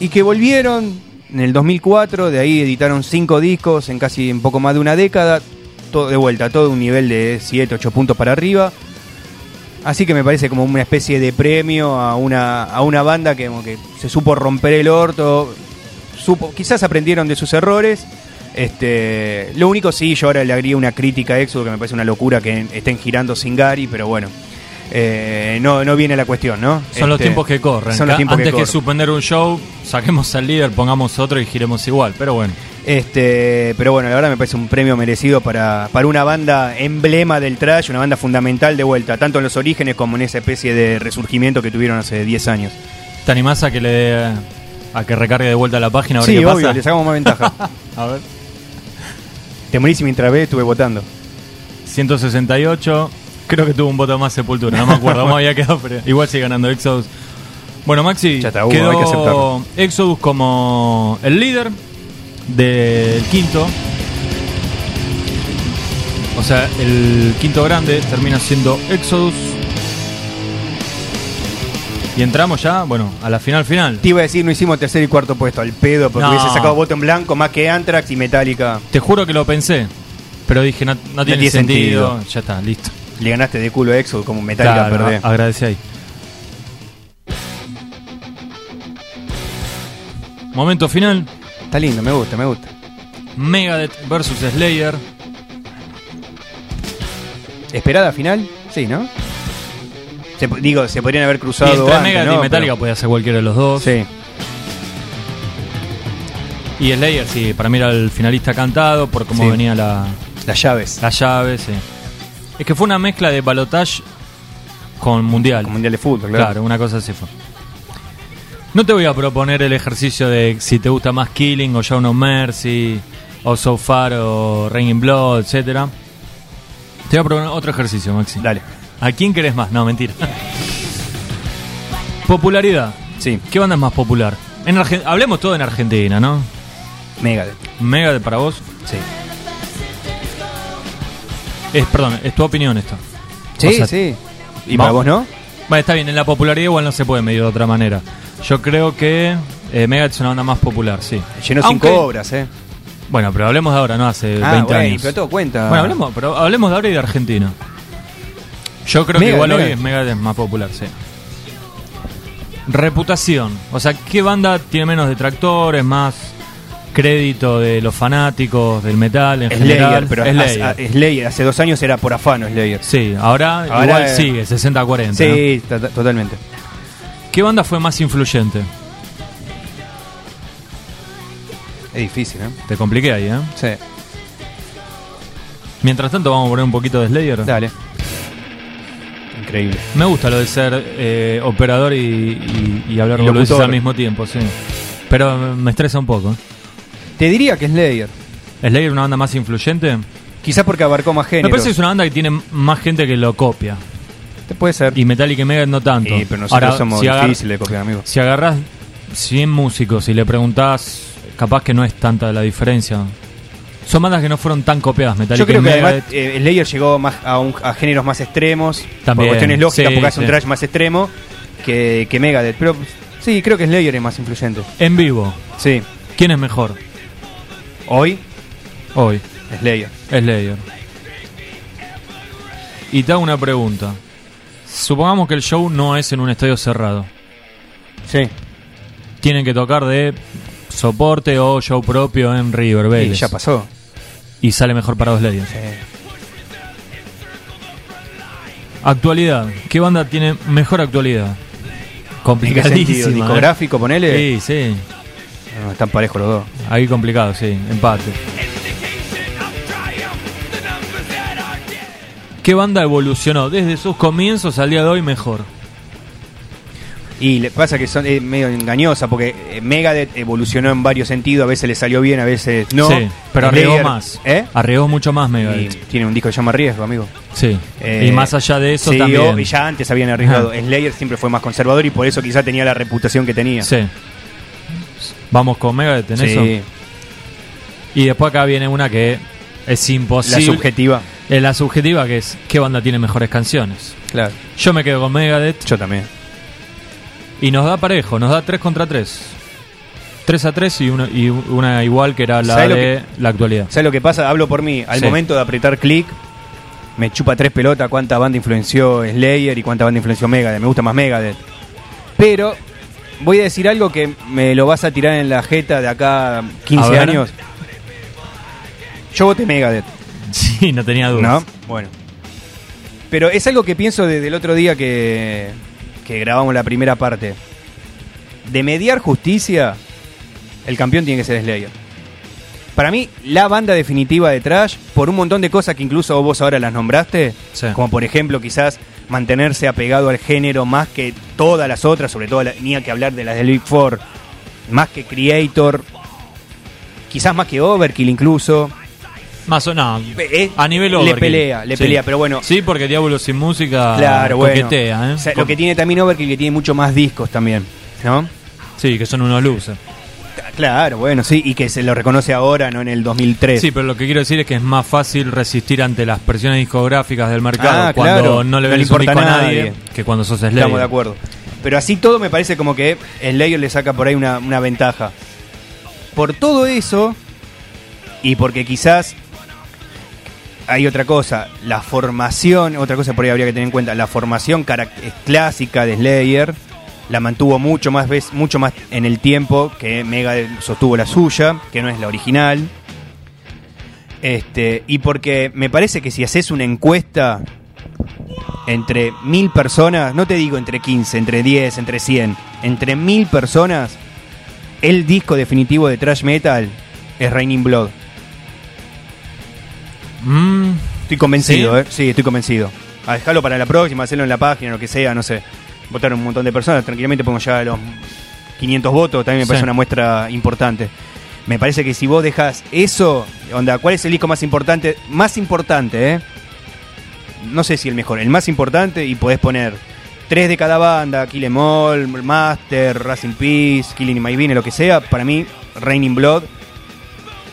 y que volvieron en el 2004, de ahí editaron cinco discos en casi un poco más de una década, todo de vuelta, todo un nivel de 7, 8 puntos para arriba. Así que me parece como una especie de premio a una, a una banda que, como que se supo romper el orto, supo, quizás aprendieron de sus errores. Este, lo único sí, yo ahora le haría una crítica a Éxodo, que me parece una locura que estén girando sin Gary, pero bueno, eh, no, no viene la cuestión, ¿no? Este, Son los tiempos que corren. Son los Ca- tiempos Antes que, corren. suspender un show, saquemos al líder, pongamos otro y giremos igual. Pero bueno, Este, pero bueno, la verdad me parece un premio merecido para, para una banda emblema del trash, una banda fundamental de vuelta, tanto en los orígenes como en esa especie de resurgimiento que tuvieron hace 10 años. ¿te animás a que le dé- a que recargue de vuelta la página a ver Sí, qué obvio, pasa? le sacamos más ventaja. (laughs) A ver. Te morís y mientras ve estuve votando. 168. Creo que tuvo un voto más Sepultura, no me acuerdo cómo había quedado, pero igual sigue ganando Exodus. Bueno, Maxi, Ya está, Hugo, quedó hay que aceptarlo. Exodus como el líder del quinto. O sea, el quinto grande termina siendo Exodus. Y entramos ya, bueno, a la final final. Te iba a decir, no hicimos tercer y cuarto puesto al pedo, porque No. hubiese sacado voto en blanco más que Anthrax y Metallica. Te juro que lo pensé, pero dije, no, no tiene, tiene sentido. sentido. Ya está, listo. Le ganaste de culo a Exodus como Metallica Claro, perdé. a- agradece ahí. Momento final, Está lindo, me gusta, me gusta. Megadeth versus Slayer. ¿Esperada final? Sí, ¿no? Se po- digo, se podrían haber Y cruzado. entre antes, Megadeth ¿no? y Metallica Pero- podía ser cualquiera de los dos. Sí. Y Slayer, sí, para mí era el finalista cantado por cómo Sí. venía la, Las llaves. la llave. sí. Es que fue una mezcla de balotage con mundial. Como Mundial de Fútbol, Claro, una cosa así fue. No te voy a proponer el ejercicio de si te gusta más Killing o Shaun of Mercy o So Far o Rain in Blood, etcétera. Te voy a proponer otro ejercicio, Maxi. Dale. ¿A quién querés más? No, mentira. Popularidad. Sí, ¿Qué banda es más popular? En Argen- Hablemos todo en Argentina, ¿no? Megadeth. Mega de para vos. Sí. Es, perdón, es tu opinión esto. Sí, O sea, sí. ¿Y ¿no? para vos no? Bueno, está bien, en la popularidad igual no se puede medir de otra manera. Yo creo que eh, Megadeth es una banda más popular, sí. Llenó Aunque- cinco obras, ¿eh? Bueno, pero hablemos de ahora, no hace Ah, 20 güey, años. pero todo cuenta. Bueno, hablemos, pero hablemos de ahora y de Argentina. Yo creo Mega, que igual mega. hoy es Megadeth más popular, sí. Reputación. O sea, ¿qué banda tiene menos detractores, más crédito de los fanáticos, del metal en general? Slayer, pero Slayer. Slayer. Hace, Slayer, hace dos años era por afano Slayer. Sí, ahora, Ahora, igual eh, sigue, 60-40. ¿no? Sí, to- to- totalmente. ¿Qué banda fue más influyente? Es difícil, ¿eh? Te compliqué ahí, ¿eh? Sí, Mientras tanto vamos a poner un poquito de Slayer. dale. Increíble. Me gusta lo de ser eh, operador y, y- y hablar Y boludeces locutor. al mismo tiempo, sí. Pero eh, me estresa un poco. Te diría que Slayer. ¿Slayer una banda más influyente? Quizás porque abarcó más Me géneros. parece que es una banda que tiene más gente que lo copia. Puede ser. Y Metallic y Megadeth no tanto. Sí, pero nosotros Ahora, somos si agar- difíciles de copiar, amigos. Si agarras 100 músicos y le preguntás, capaz que no es tanta la diferencia. Son bandas que no fueron tan copiadas, Metallic Yo creo y que además Megadeth. eh, Slayer llegó más a, un- a géneros más extremos, También, por cuestiones lógicas, sí, porque hace sí. un trash más extremo que, que Megadeth. Pero sí, creo que Slayer es más influyente. En vivo, Sí, ¿quién es mejor hoy hoy? Slayer. Slayer. Y te hago una pregunta. Supongamos que el show no es en un estadio cerrado. Sí, Tienen que tocar de soporte o show propio en River y Vélez. ya pasó. Y sale mejor para dos Slayer. Actualidad. ¿Qué banda tiene mejor actualidad? ¿En qué sentido? Complicadísima. ¿eh? ¿Discográfico, ponele? Sí, sí. No, están parejos los dos. Ahí complicado, sí. Empate. ¿Qué banda evolucionó desde sus comienzos al día de hoy mejor? Y le pasa que son eh, medio engañosa porque eh, Megadeth evolucionó en varios sentidos, a veces le salió bien, a veces no. Sí, pero Slayer, arriesgó más. ¿Eh? Arriesgó mucho más Megadeth. Y tiene un disco que se llama Riesgo, amigo. Sí. Eh, y más allá de eso sí, también. o- y ya antes habían arriesgado. Slayer siempre fue más conservador y por eso quizá tenía la reputación que tenía. Sí. Vamos con Megadeth en Sí, eso. Y después acá viene una que es la imposible. subjetiva. Eh, la subjetiva que es qué banda tiene mejores canciones. Claro. Yo me quedo con Megadeth Yo también. y nos da parejo, nos da 3 contra 3. 3 a 3 y una, y una igual que era la ¿Sabes de lo la actualidad. ¿Sabes lo que pasa? Hablo por mí. Al Sí. momento de apretar clic, me chupa tres pelotas cuánta banda influenció Slayer y cuánta banda influenció Megadeth. Me gusta más Megadeth. Pero voy a decir algo que me lo vas a tirar en la jeta de acá A 15 ver. años. Yo voté Megadeth, (laughs) Sí, no tenía dudas. ¿no? Bueno. Pero es algo que pienso desde el otro día que, que grabamos la primera parte. De mediar justicia, el campeón tiene que ser Slayer. Para mí, la banda definitiva de Trash, por un montón de cosas que incluso vos ahora las nombraste, Sí. como por ejemplo quizás mantenerse apegado al género más que todas las otras, sobre todo la, ni a que hablar de las del Big Four, más que Creator, quizás más que Overkill incluso. Más o no. Pe- eh, A nivel le overkill. pelea, le Sí. pelea, pero bueno. Sí, porque Diablo sin música Claro, bueno. Ah, coquetea, ¿eh? O sea, lo que tiene también Overkill que tiene mucho más discos también, ¿no? Sí, que son unos losers. Claro, bueno, sí, y que se lo reconoce ahora, no en el 2003. Sí, pero lo que quiero decir es que es más fácil resistir ante las presiones discográficas del mercado Ah, cuando claro. no le No le vendes un importa disco a a nadie, nadie. que cuando sos Slayer. Estamos de acuerdo. Pero así todo me parece como que Slayer le saca por ahí una, una ventaja. Por todo eso, y porque quizás hay otra cosa, la formación, otra cosa por ahí habría que tener en cuenta, la formación carac- eh, clásica de Slayer la mantuvo mucho más, vez, mucho más en el tiempo que Mega sostuvo la suya, que no es la original. Este, y porque me parece que si haces una encuesta entre mil personas, no te digo entre 15, entre 10, entre 100, entre mil personas, el disco definitivo de thrash metal es Raining Blood. Mm, Estoy convencido, ¿Sí? ¿eh? Sí, estoy convencido. A dejarlo para la próxima, hacerlo en la página, lo que sea, no sé. Votaron un montón de personas, tranquilamente podemos llegar a los 500 votos, también me parece Sí. una muestra importante. Me parece que si vos dejas eso, onda, ¿cuál es el disco más importante? Más importante, ¿eh? No sé si el mejor, el más importante y podés poner tres de cada banda, Kill Em All, Master, Racing Peace, Killing in My Vine, lo que sea. Para mí, Raining Blood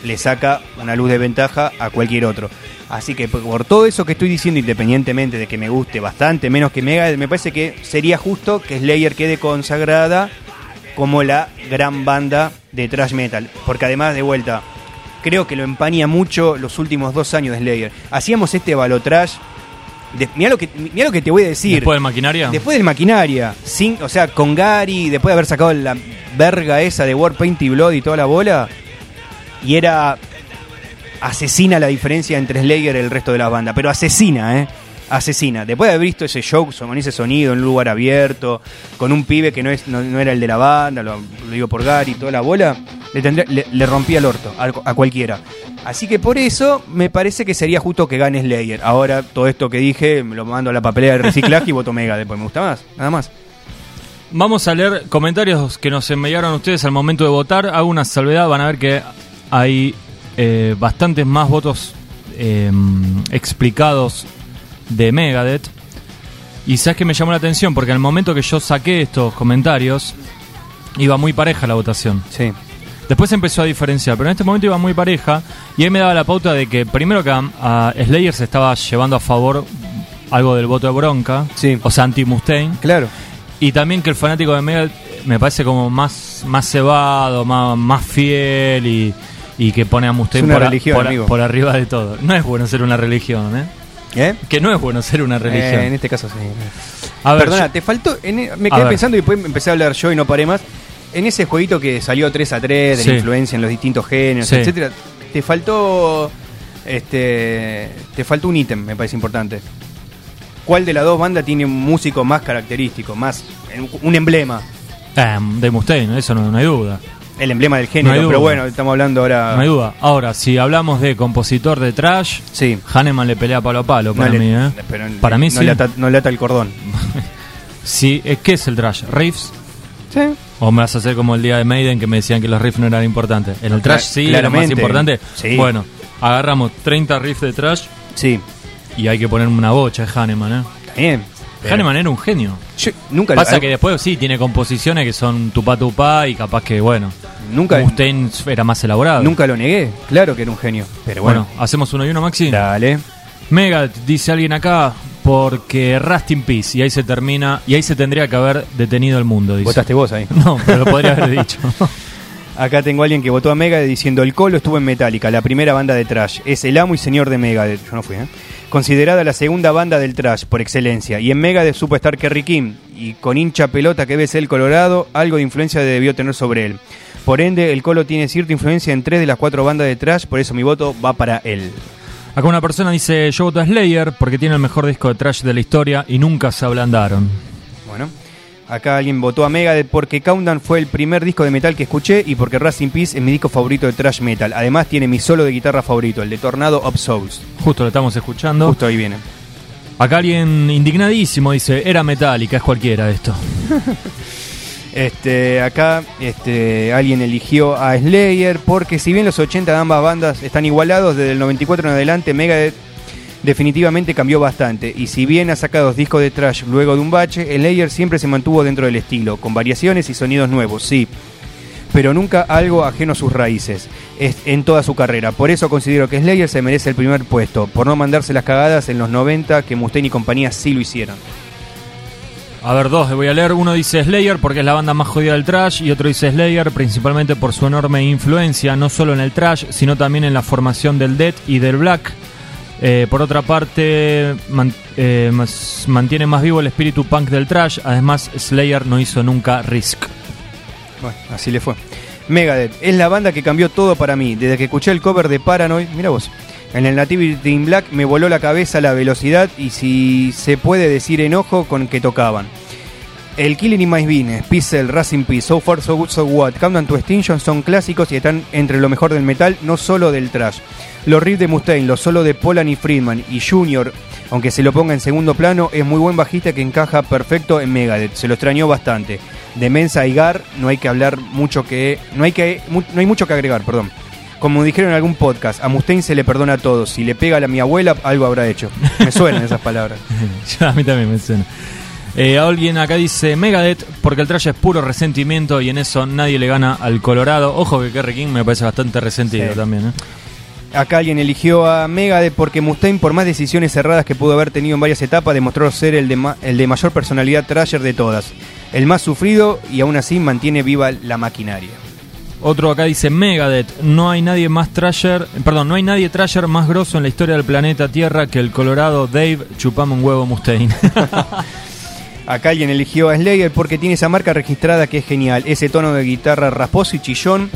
le saca una luz de ventaja a cualquier otro. Así que por todo eso que estoy diciendo, independientemente de que me guste bastante, menos que Mega, me parece que sería justo que Slayer quede consagrada como la gran banda de thrash metal. Porque además, de vuelta, creo que lo empaña mucho los últimos dos años de Slayer. Hacíamos este balotrash. de- Mirá lo, que, mirá lo que te voy a decir. Después de maquinaria. Después del maquinaria, sin, o sea, con Gary, después de haber sacado la verga esa de Warpaint y Blood y toda la bola, y era asesina la diferencia entre Slayer y el resto de las bandas, pero asesina, ¿eh? Asesina. Después de haber visto ese show con ese sonido en un lugar abierto, con un pibe que no, es, no, no era el de la banda, lo, lo digo por Gary, y toda la bola, le, tendría- le, le rompía el orto a, a cualquiera. Así que por eso me parece que sería justo que gane Slayer. Ahora todo esto que dije me lo mando a la papelera de reciclaje y voto Mega. Después me gusta más, nada más. Vamos a leer comentarios que nos enviaron ustedes al momento de votar. Hago una salvedad, van a ver que hay eh, bastantes más votos eh, explicados de Megadeth. Y sabes que me llamó la atención, porque al momento que yo saqué estos comentarios, iba muy pareja la votación. Sí. Después empezó a diferenciar, pero en este momento iba muy pareja y ahí me daba la pauta de que primero que a, a Slayer se estaba llevando a favor algo del voto de bronca, Sí. o sea, anti-Mustaine, Claro. y también que el fanático de Megadeth me parece como más, más cebado, más, más fiel y, y que pone a Mustaine Es una por, a- religión, por a- amigo. por arriba de todo. No es bueno ser una religión, ¿eh? ¿Eh? Que no es bueno ser una religión. Eh, en este caso sí. a ver, Perdona, yo- te faltó. en- e, me A quedé ver. pensando y después empecé a hablar yo y no paré más. En ese jueguito que salió 3 a 3 de Sí. la influencia en los distintos géneros, Sí. etcétera, te faltó. Este. Te faltó un ítem, me parece importante. ¿Cuál de las dos bandas tiene un músico más característico, más un emblema? Ah, de Mustaine, eso no, no hay duda. El emblema del No hay género, duda. pero bueno, estamos hablando ahora. No hay duda. Ahora, si hablamos de compositor de trash, Sí. Hahnemann le pelea palo a palo para no le- mí, ¿eh? pero para mí no sí. Le ata, no le ata el cordón. (laughs) Sí, eh, ¿Qué es el trash? ¿Riffs? Sí. ¿O me vas a hacer como el día de Maiden que me decían que los riffs no eran importantes? En el Cla- trash sí, era más claramente. importante. Sí. Bueno, agarramos 30 riffs de trash Sí. y hay que poner una bocha de Hahnemann, ¿eh? Está bien. Pero- Hahnemann era un genio. Yo nunca, Pasa al- que después sí, tiene composiciones que son tupá tupá y capaz que, bueno, nunca, Mustaine era más elaborado. nunca lo negué. Claro que era un genio. Pero Bueno, bueno. hacemos uno y uno, Maxi. Dale. Mega, dice alguien acá, porque Rust in Peace, y ahí se termina, y ahí se tendría que haber detenido el mundo, dice. Votaste vos ahí. (laughs) No, pero lo podría haber dicho. (laughs) Acá tengo a alguien que votó a Mega diciendo el Colo estuvo en Metallica, la primera banda de trash. Es el amo y señor de Mega. Yo no fui, ¿eh? Considerada la segunda banda del trash por excelencia. Y en Mega supo estar Kerry King. Y con hincha pelota que ves el Colorado, algo de influencia debió tener sobre él. Por ende, el Colo tiene cierta influencia en tres de las cuatro bandas de trash, por eso mi voto va para él. Acá una persona dice, yo voto a Slayer porque tiene el mejor disco de trash de la historia y nunca se ablandaron. Bueno. Acá alguien votó a Mega porque Countdown fue el primer disco de metal que escuché y porque Racing Peace es mi disco favorito de trash metal. Además tiene mi solo de guitarra favorito, el de Tornado of Souls. Justo lo estamos escuchando. Justo ahí viene. Acá alguien indignadísimo dice, era metálica, es cualquiera esto. Este, acá este, alguien eligió a Slayer porque si bien los 80 de ambas bandas están igualados, desde el 94 en adelante Megadeth definitivamente cambió bastante. Y si bien ha sacado dos discos de trash luego de un bache, Slayer siempre se mantuvo dentro del estilo, con variaciones y sonidos nuevos, sí. Pero nunca algo ajeno a sus raíces es- en toda su carrera. Por eso considero que Slayer se merece el primer puesto, por no mandarse las cagadas en los 90 que Mustaine y compañía sí lo hicieron. A ver, dos, le voy a leer. Uno dice Slayer porque es la banda más jodida del trash y otro dice Slayer principalmente por su enorme influencia, no solo en el trash, sino también en la formación del Dead y del Black. Eh, por otra parte, man- eh, mas- mantiene más vivo el espíritu punk del trash. Además, Slayer no hizo nunca Risk. Bueno, así le fue. Megadeth es la banda que cambió todo para mí. Desde que escuché el cover de Paranoid, mira vos, en el Nativity in Black me voló la cabeza la velocidad y si se puede decir enojo con que tocaban. El Killing in My Beans, Pizzle, Racing Peace, So Far So Good So What, Countdown to Extinction son clásicos y están entre lo mejor del metal, no solo del trash. Los riffs de Mustaine, los solo de Polan y Friedman y Junior, aunque se lo ponga en segundo plano, es muy buen bajista que encaja perfecto en Megadeth. Se lo extrañó bastante. De Mensa y Gar no hay que hablar mucho que no hay que mu- no hay mucho que agregar, perdón. Como dijeron en algún podcast, a Mustaine se le perdona a todos. Si le pega a la- mi abuela, algo habrá hecho. Me suenan esas palabras. (laughs) Ya, a mí también me suena. Eh, alguien acá dice Megadeth porque el trash es puro resentimiento y en eso nadie le gana al Colorado. Ojo que Kerry King me parece bastante resentido Sí. también. ¿eh? Acá alguien eligió a Megadeth porque Mustaine, por más decisiones cerradas que pudo haber tenido en varias etapas, demostró ser el de, ma- el de mayor personalidad trasher de todas. El más sufrido y aún así mantiene viva la maquinaria. Otro acá dice Megadeth, no hay nadie más trasher, perdón, no hay nadie trasher más grosso en la historia del planeta Tierra que el Colorado Dave chupame un huevo Mustaine. (laughs) Acá alguien eligió a Slayer porque tiene esa marca registrada que es genial. Ese tono de guitarra rasposo y chillón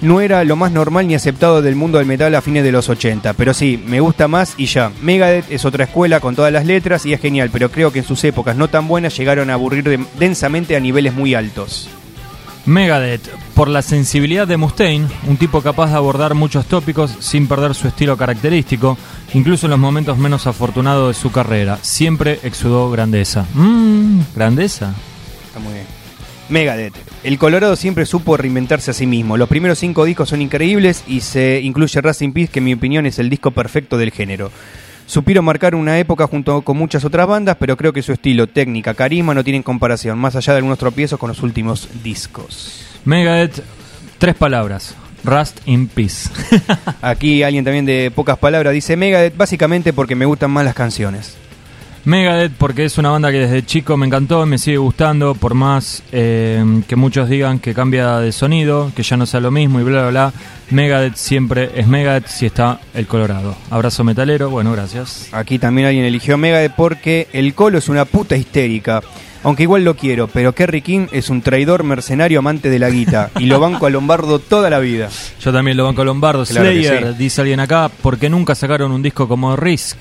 no era lo más normal ni aceptado del mundo del metal a fines de los 80. Pero sí, me gusta más y ya. Megadeth es otra escuela con todas las letras y es genial, pero creo que en sus épocas no tan buenas llegaron a aburrir de- densamente a niveles muy altos. Megadeth, por la sensibilidad de Mustaine, un tipo capaz de abordar muchos tópicos sin perder su estilo característico, incluso en los momentos menos afortunados de su carrera, siempre exudó grandeza. Mmm, grandeza. Está muy bien. Megadeth. El Colorado siempre supo reinventarse a sí mismo. Los primeros cinco discos son increíbles y se incluye Racing Peace, que en mi opinión es el disco perfecto del género. Supieron marcar una época junto con muchas otras bandas, pero creo que su estilo, técnica, carisma no tienen comparación, más allá de algunos tropiezos con los últimos discos. Megadeth, tres palabras. Rust in peace. (laughs) Aquí alguien también de pocas palabras dice Megadeth, básicamente porque me gustan más las canciones. Megadeth porque es una banda que desde chico me encantó, me sigue gustando, por más eh, que muchos digan que cambia de sonido, que ya no sea lo mismo y bla bla bla. Megadeth siempre es Megadeth si está el Colorado. Abrazo metalero, bueno, gracias. Aquí también alguien eligió Megadeth porque el Colo es una puta histérica. Aunque igual lo quiero, pero Kerry King es un traidor mercenario amante de la guita y lo banco a Lombardo toda la vida. Yo también lo banco a Lombardo. Claro que Slayer, sí. dice alguien acá, porque nunca sacaron un disco como Risk.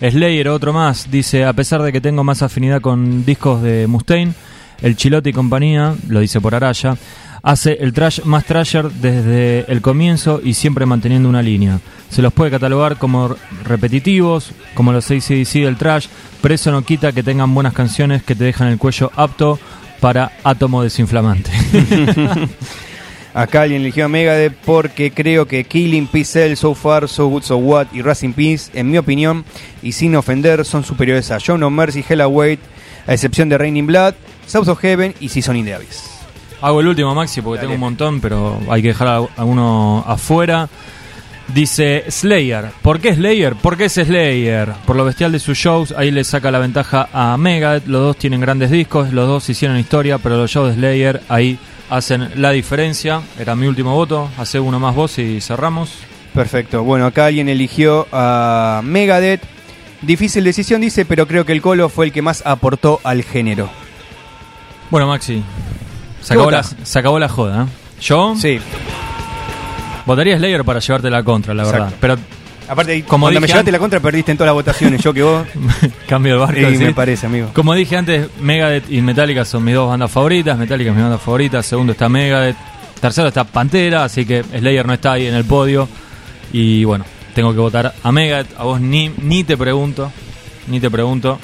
Slayer, otro más, dice, a pesar de que tengo más afinidad con discos de Mustaine, el Chilote y compañía, lo dice por Araya, hace el trash más trasher desde el comienzo y siempre manteniendo una línea. Se los puede catalogar como r- repetitivos, como los ACDC del trash, pero eso no quita que tengan buenas canciones que te dejan el cuello apto para átomo desinflamante. (laughs) Acá alguien eligió a Megadeth porque creo que Killing, Pixel, So Far, So Good, So What y Racing Peace, en mi opinión, y sin ofender, son superiores a John No Mercy, Hell Await, a excepción de Raining Blood, South of Heaven y Season in the Abyss. Hago el último, Maxi, porque Dale. tengo un montón, pero hay que dejar a, a uno afuera. Dice Slayer. ¿Por qué Slayer? Porque es Slayer. Por lo bestial de sus shows, ahí le saca la ventaja a Megadeth. Los dos tienen grandes discos, los dos hicieron historia, pero los shows de Slayer ahí hacen la diferencia. Era mi último voto. Hace uno más vos y cerramos. Perfecto. Bueno, acá alguien eligió a Megadeth. Difícil decisión, dice, pero creo que el Colo fue el que más aportó al género. Bueno, Maxi, se acabó, la, Vota. se acabó la joda. ¿eh? Yo Sí. votaría Slayer para llevarte la contra, la verdad. Exacto. Pero Aparte, Como dije cuando me llevaste an- la contra, perdiste en todas las votaciones. Yo (laughs) que vos. cambio el barco. y me ¿sí? parece, amigo. Como dije antes, Megadeth y Metallica son mis dos bandas favoritas. Metallica es mi banda favorita. Segundo está Megadeth. Tercero está Pantera. Así que Slayer no está ahí en el podio. Y bueno, tengo que votar a Megadeth. A vos ni, ni te pregunto. Ni te pregunto.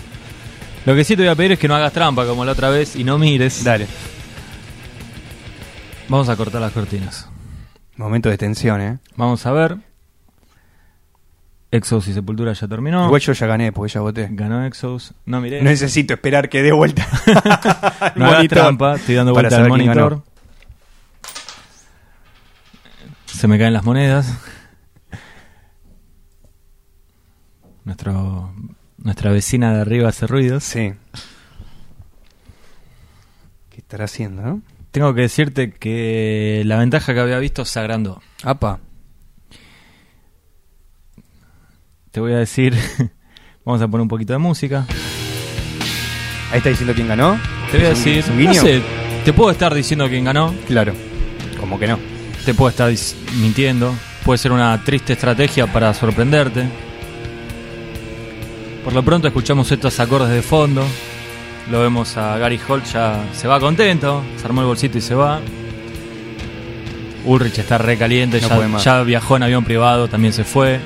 Lo que sí te voy a pedir es que no hagas trampa como la otra vez y no mires. Dale. Vamos a cortar las cortinas. Momento de tensión, ¿eh? Vamos a ver. Exos y Sepultura ya terminó. Igual yo ya gané porque ya voté. Ganó Exos. No miré. No necesito esperar que dé vuelta. al (laughs) No hagas monitor trampa, estoy dando para vuelta al saber quién ganó. monitor. Se me caen las monedas. Nuestro, nuestra vecina de arriba hace ruidos. Sí. ¿Qué estará haciendo, no? Tengo que decirte que la ventaja que había visto se agrandó. Apa. Te voy a decir, (laughs) vamos a poner un poquito de música. Ahí está diciendo quién ganó. Te voy a ¿Es un- decir, es un no guiño? sé, te puedo estar diciendo quién ganó, Claro. Como que no. te puedo estar dis- mintiendo, puede ser una triste estrategia para sorprenderte. Por lo pronto escuchamos estos acordes de fondo. Lo vemos a Gary Holt ya se va contento, se armó el bolsito y se va. Ulrich está recaliente, No puede ya, más. ya viajó en avión privado, también se fue.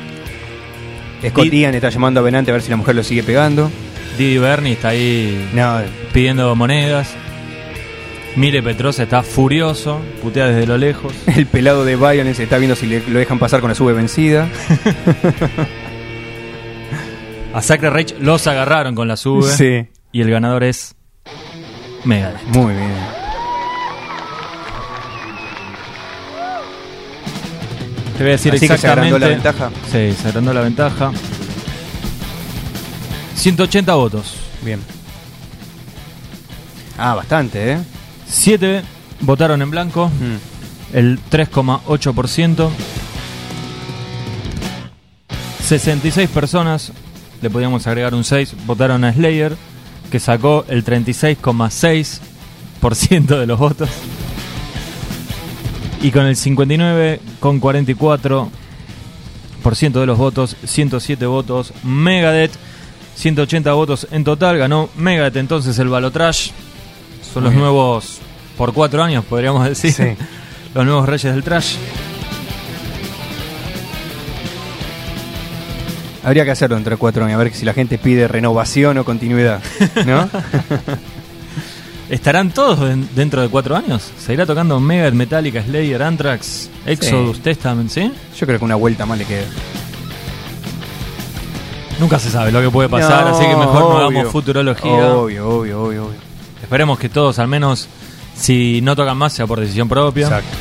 Scott Y- Ian está llamando a Benante a ver si la mujer lo sigue pegando. Didi Berni está ahí No, pidiendo monedas. Mire Petrosa está furioso, putea desde lo lejos. el pelado de Violence está viendo si le- lo dejan pasar con la sube vencida. A Sacre Reich los agarraron con la sube. Sí. Y el ganador es Megadeth. Muy bien. Te voy a decir Así que se agrandó exactamente. la ventaja. Sí, se agrandó la ventaja. 180 votos. Bien. Ah, bastante, ¿eh? 7 votaron en blanco, Mm. el 3,8%. 66 personas, le podíamos agregar un 6, votaron a Slayer, que sacó el 36,6% de los votos. Y con el 59,44% de los votos, 107 votos, Megadeth, 180 votos en total, ganó Megadeth entonces el Balotrash. Son Muy los bien. nuevos, por cuatro años podríamos decir, Sí. (laughs) los nuevos reyes del trash. Habría que hacerlo entre cuatro años, a ver si la gente pide renovación o continuidad, (laughs) ¿no? ¿Estarán todos en- dentro de cuatro años? ¿Seguirá tocando Megadeth, Metallica, Slayer, Anthrax, Exodus, Testament, sí? Yo creo que una vuelta más le queda. Nunca se sabe lo que puede pasar, así que mejor no hagamos futurología. Obvio, obvio, obvio, obvio. Esperemos que todos, al menos, si no tocan más, sea por decisión propia. Exacto.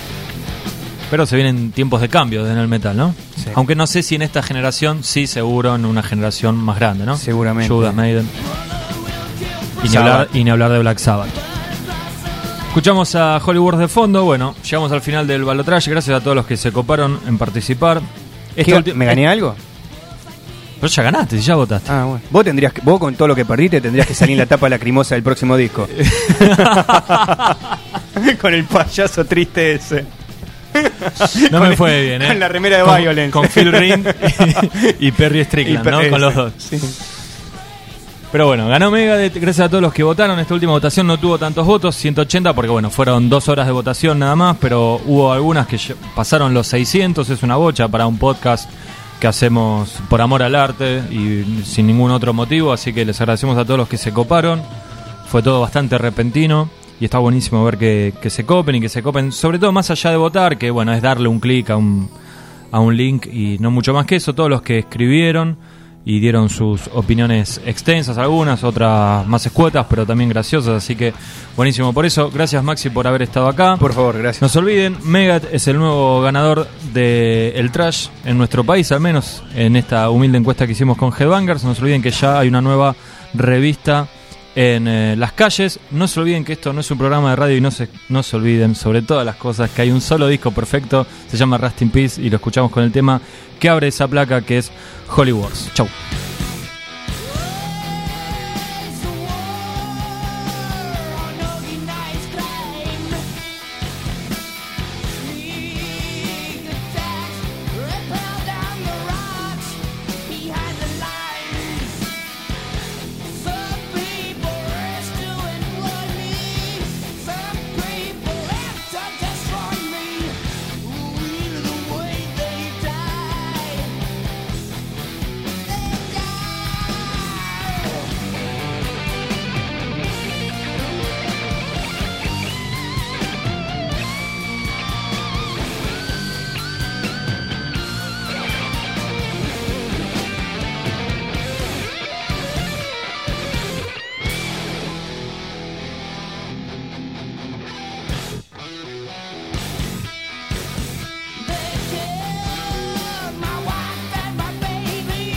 Pero se vienen tiempos de cambios en el metal, ¿no? Sí. Aunque no sé si en esta generación, sí, seguro en una generación más grande, ¿no? Seguramente. Judas, Maiden. Y ni, Sabbath. hablar, y ni hablar de Black Sabbath. Escuchamos a Hollywood de fondo. Bueno, llegamos al final del balotraje. Gracias a todos los que se coparon en participar. Esta ¿Qué- ulti- eh, ¿Me gané algo? Pero ya ganaste, ya votaste. Ah, bueno. Vos tendrías que- vos con todo lo que perdiste tendrías que salir en la tapa lacrimosa del próximo disco. (laughs) con el payaso triste ese. No (laughs) Con me el- fue bien, ¿eh? con la remera de Con- (laughs) Violence. Con Phil Ring y, y Perry Strickland, Y- ¿no? Con los dos. Sí. Pero bueno, ganó Megadeth, gracias a todos los que votaron. Esta última votación no tuvo tantos votos, 180, porque bueno, fueron dos horas de votación nada más, pero hubo algunas que lle- pasaron los 600, es una bocha para un podcast que hacemos por amor al arte y sin ningún otro motivo, así que les agradecemos a todos los que se coparon. Fue todo bastante repentino y está buenísimo ver que, que se copen y que se copen, sobre todo más allá de votar, que bueno, es darle un clic a un a un link y no mucho más que eso. Todos los que escribieron y dieron sus opiniones extensas, algunas, otras más escuetas, pero también graciosas. Así que buenísimo por eso. Gracias Maxi por haber estado acá. Ah, Por favor, gracias. No se olviden, Megat es el nuevo ganador del el Trash en nuestro país, al menos en esta humilde encuesta que hicimos con Headbangers. No se olviden que ya hay una nueva revista en eh, las calles. No se olviden que esto no es un programa de radio y no se, no se olviden, sobre todas las cosas, que hay un solo disco perfecto, se llama Rust in Peace y lo escuchamos con el tema que abre esa placa que es Holy Wars. Chau. Thank you They killed my wife and my baby.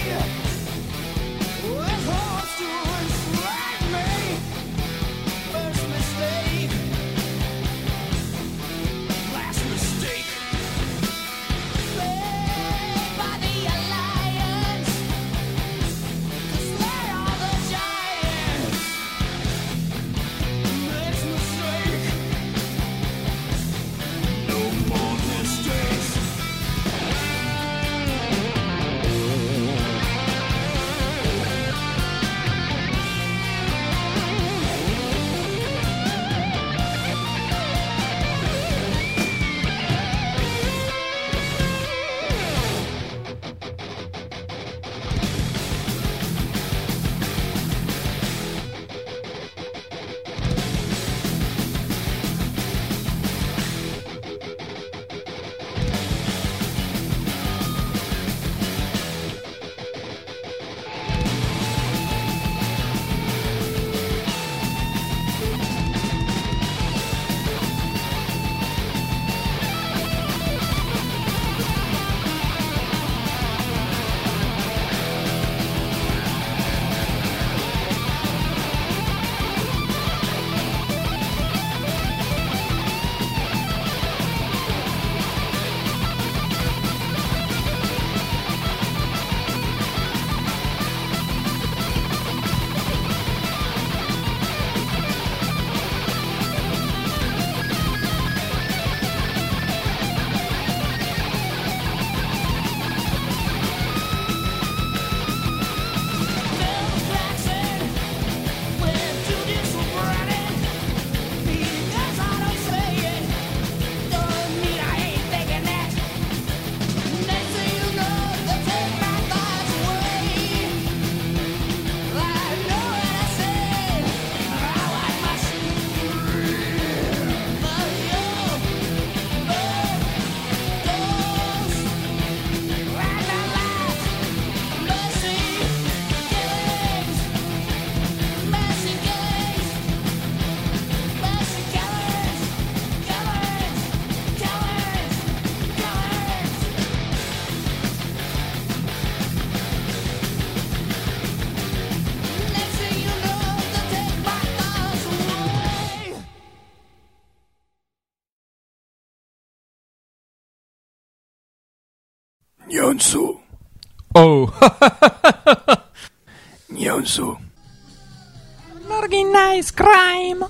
With horse to distract me. First mistake. Last mistake. Led by the alliance. 'Cause we're all the giants. Next mistake. No more mistakes. Mercy, Mercy killings, mercy killings, killings, killings, killings. Next thing you know, they take my guns away. Ñonsu, Oh. Ñonsu. Organized crime.